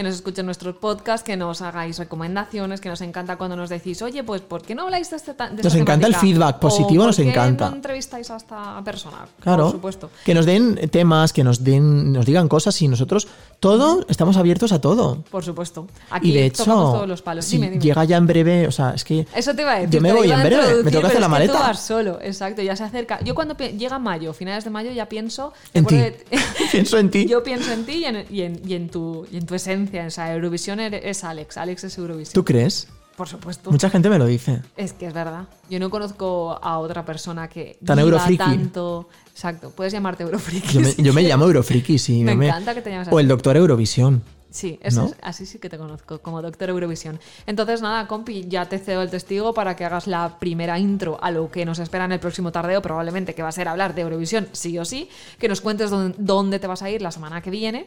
nos escuchen nuestros podcasts, que nos hagáis recomendaciones, que nos encanta cuando nos decís, oye, pues ¿por qué no habláis de este ta- de esta Nos encanta el temática? feedback O, positivo, "¿Por nos qué encanta". No entrevistáis a esta persona, Claro. por supuesto. Que nos den temas, que nos den, nos digan cosas y nosotros todo, estamos abiertos a todo. Por supuesto. Aquí y de hecho, tocamos todos los palos. si Dime, dime. llega ya en breve, o sea, es que Eso te iba a decir. Yo me te voy iba en a breve, me introducir, tengo que hacer pero la es maleta. tú vas solo, exacto, ya se acerca. Yo cuando pi- llega mayo, finales de mayo, ya pienso. me En ti. acuerdo de- <laughs> Pienso en ti. <laughs> Yo pienso en ti y en, y en- y en tu, y en tu esencia. O sea, Eurovisión er- es Alex. Alex es Eurovisión. ¿tú crees? Por supuesto. Mucha gente me lo dice. Es que es verdad. Yo no conozco a otra persona que. Tan viva eurofriki. Tanto. Exacto. Puedes llamarte Eurofriki. Yo me, si yo me <laughs> quieres. llamo Eurofriki, sí. Me no encanta que te llames O así. el doctor Eurovisión. Sí, eso ¿No? es- así sí que te conozco, como doctor Eurovisión. Entonces, nada, compi, ya te cedo el testigo para que hagas la primera intro a lo que nos espera en el próximo tardeo, probablemente que va a ser hablar de Eurovisión, sí o sí, que nos cuentes dónde, dónde te vas a ir la semana que viene.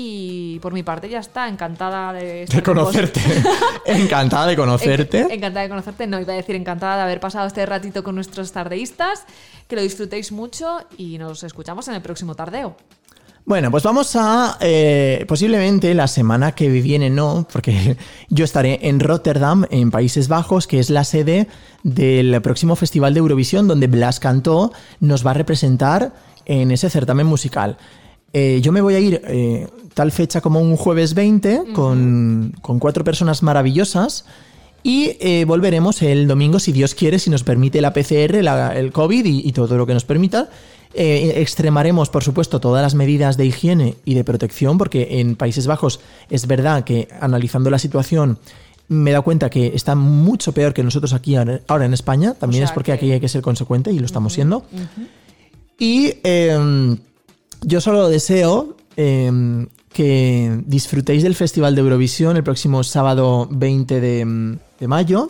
Y por mi parte ya está, encantada de... estar De con vos- <laughs> conocerte. Encantada de Enc- conocerte. encantada de conocerte, no iba a decir encantada de haber pasado este ratito con nuestros tardeístas, que lo disfrutéis mucho y nos escuchamos en el próximo tardeo. Bueno, pues vamos a. eh, posiblemente la semana que viene no, porque <laughs> yo estaré en Rotterdam, en Países Bajos, que es la sede del próximo Festival de Eurovisión, donde Blas Cantó nos va a representar en ese certamen musical. Eh, yo me voy a ir eh, tal fecha como un jueves 20 con, con cuatro personas maravillosas. Y eh, volveremos el domingo, si Dios quiere, si nos permite la PCR, la- el COVID y, y todo lo que nos permita. Eh, extremaremos, por supuesto, todas las medidas de higiene y de protección, porque en Países Bajos es verdad que analizando la situación me he dado cuenta que está mucho peor que nosotros aquí ahora ahora en España. También sea es porque que- aquí hay que ser consecuente y lo estamos siendo. Y eh, yo solo deseo eh, que disfrutéis del Festival de Eurovisión el próximo sábado 20 de, em, de mayo.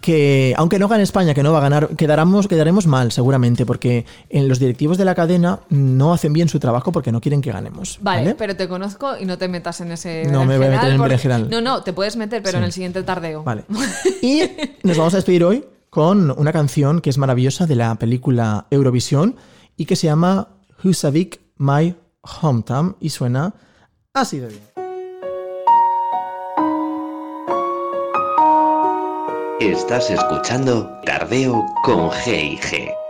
Que aunque no gane España, que no va a ganar, quedaremos, quedaremos mal seguramente, porque en los directivos de la cadena no hacen bien su trabajo porque no quieren que ganemos. Vale, Vale, pero te conozco y no te metas en ese. No me voy a meter en porque- berenjenal. No, no, te puedes meter, pero Sí. en el siguiente tardeo. <laughs> Vale. Y nos vamos a despedir hoy con una canción que es maravillosa de la película Eurovisión y que se llama Husavik My Hometown y suena así de bien. Estás escuchando Tardeo con G&G.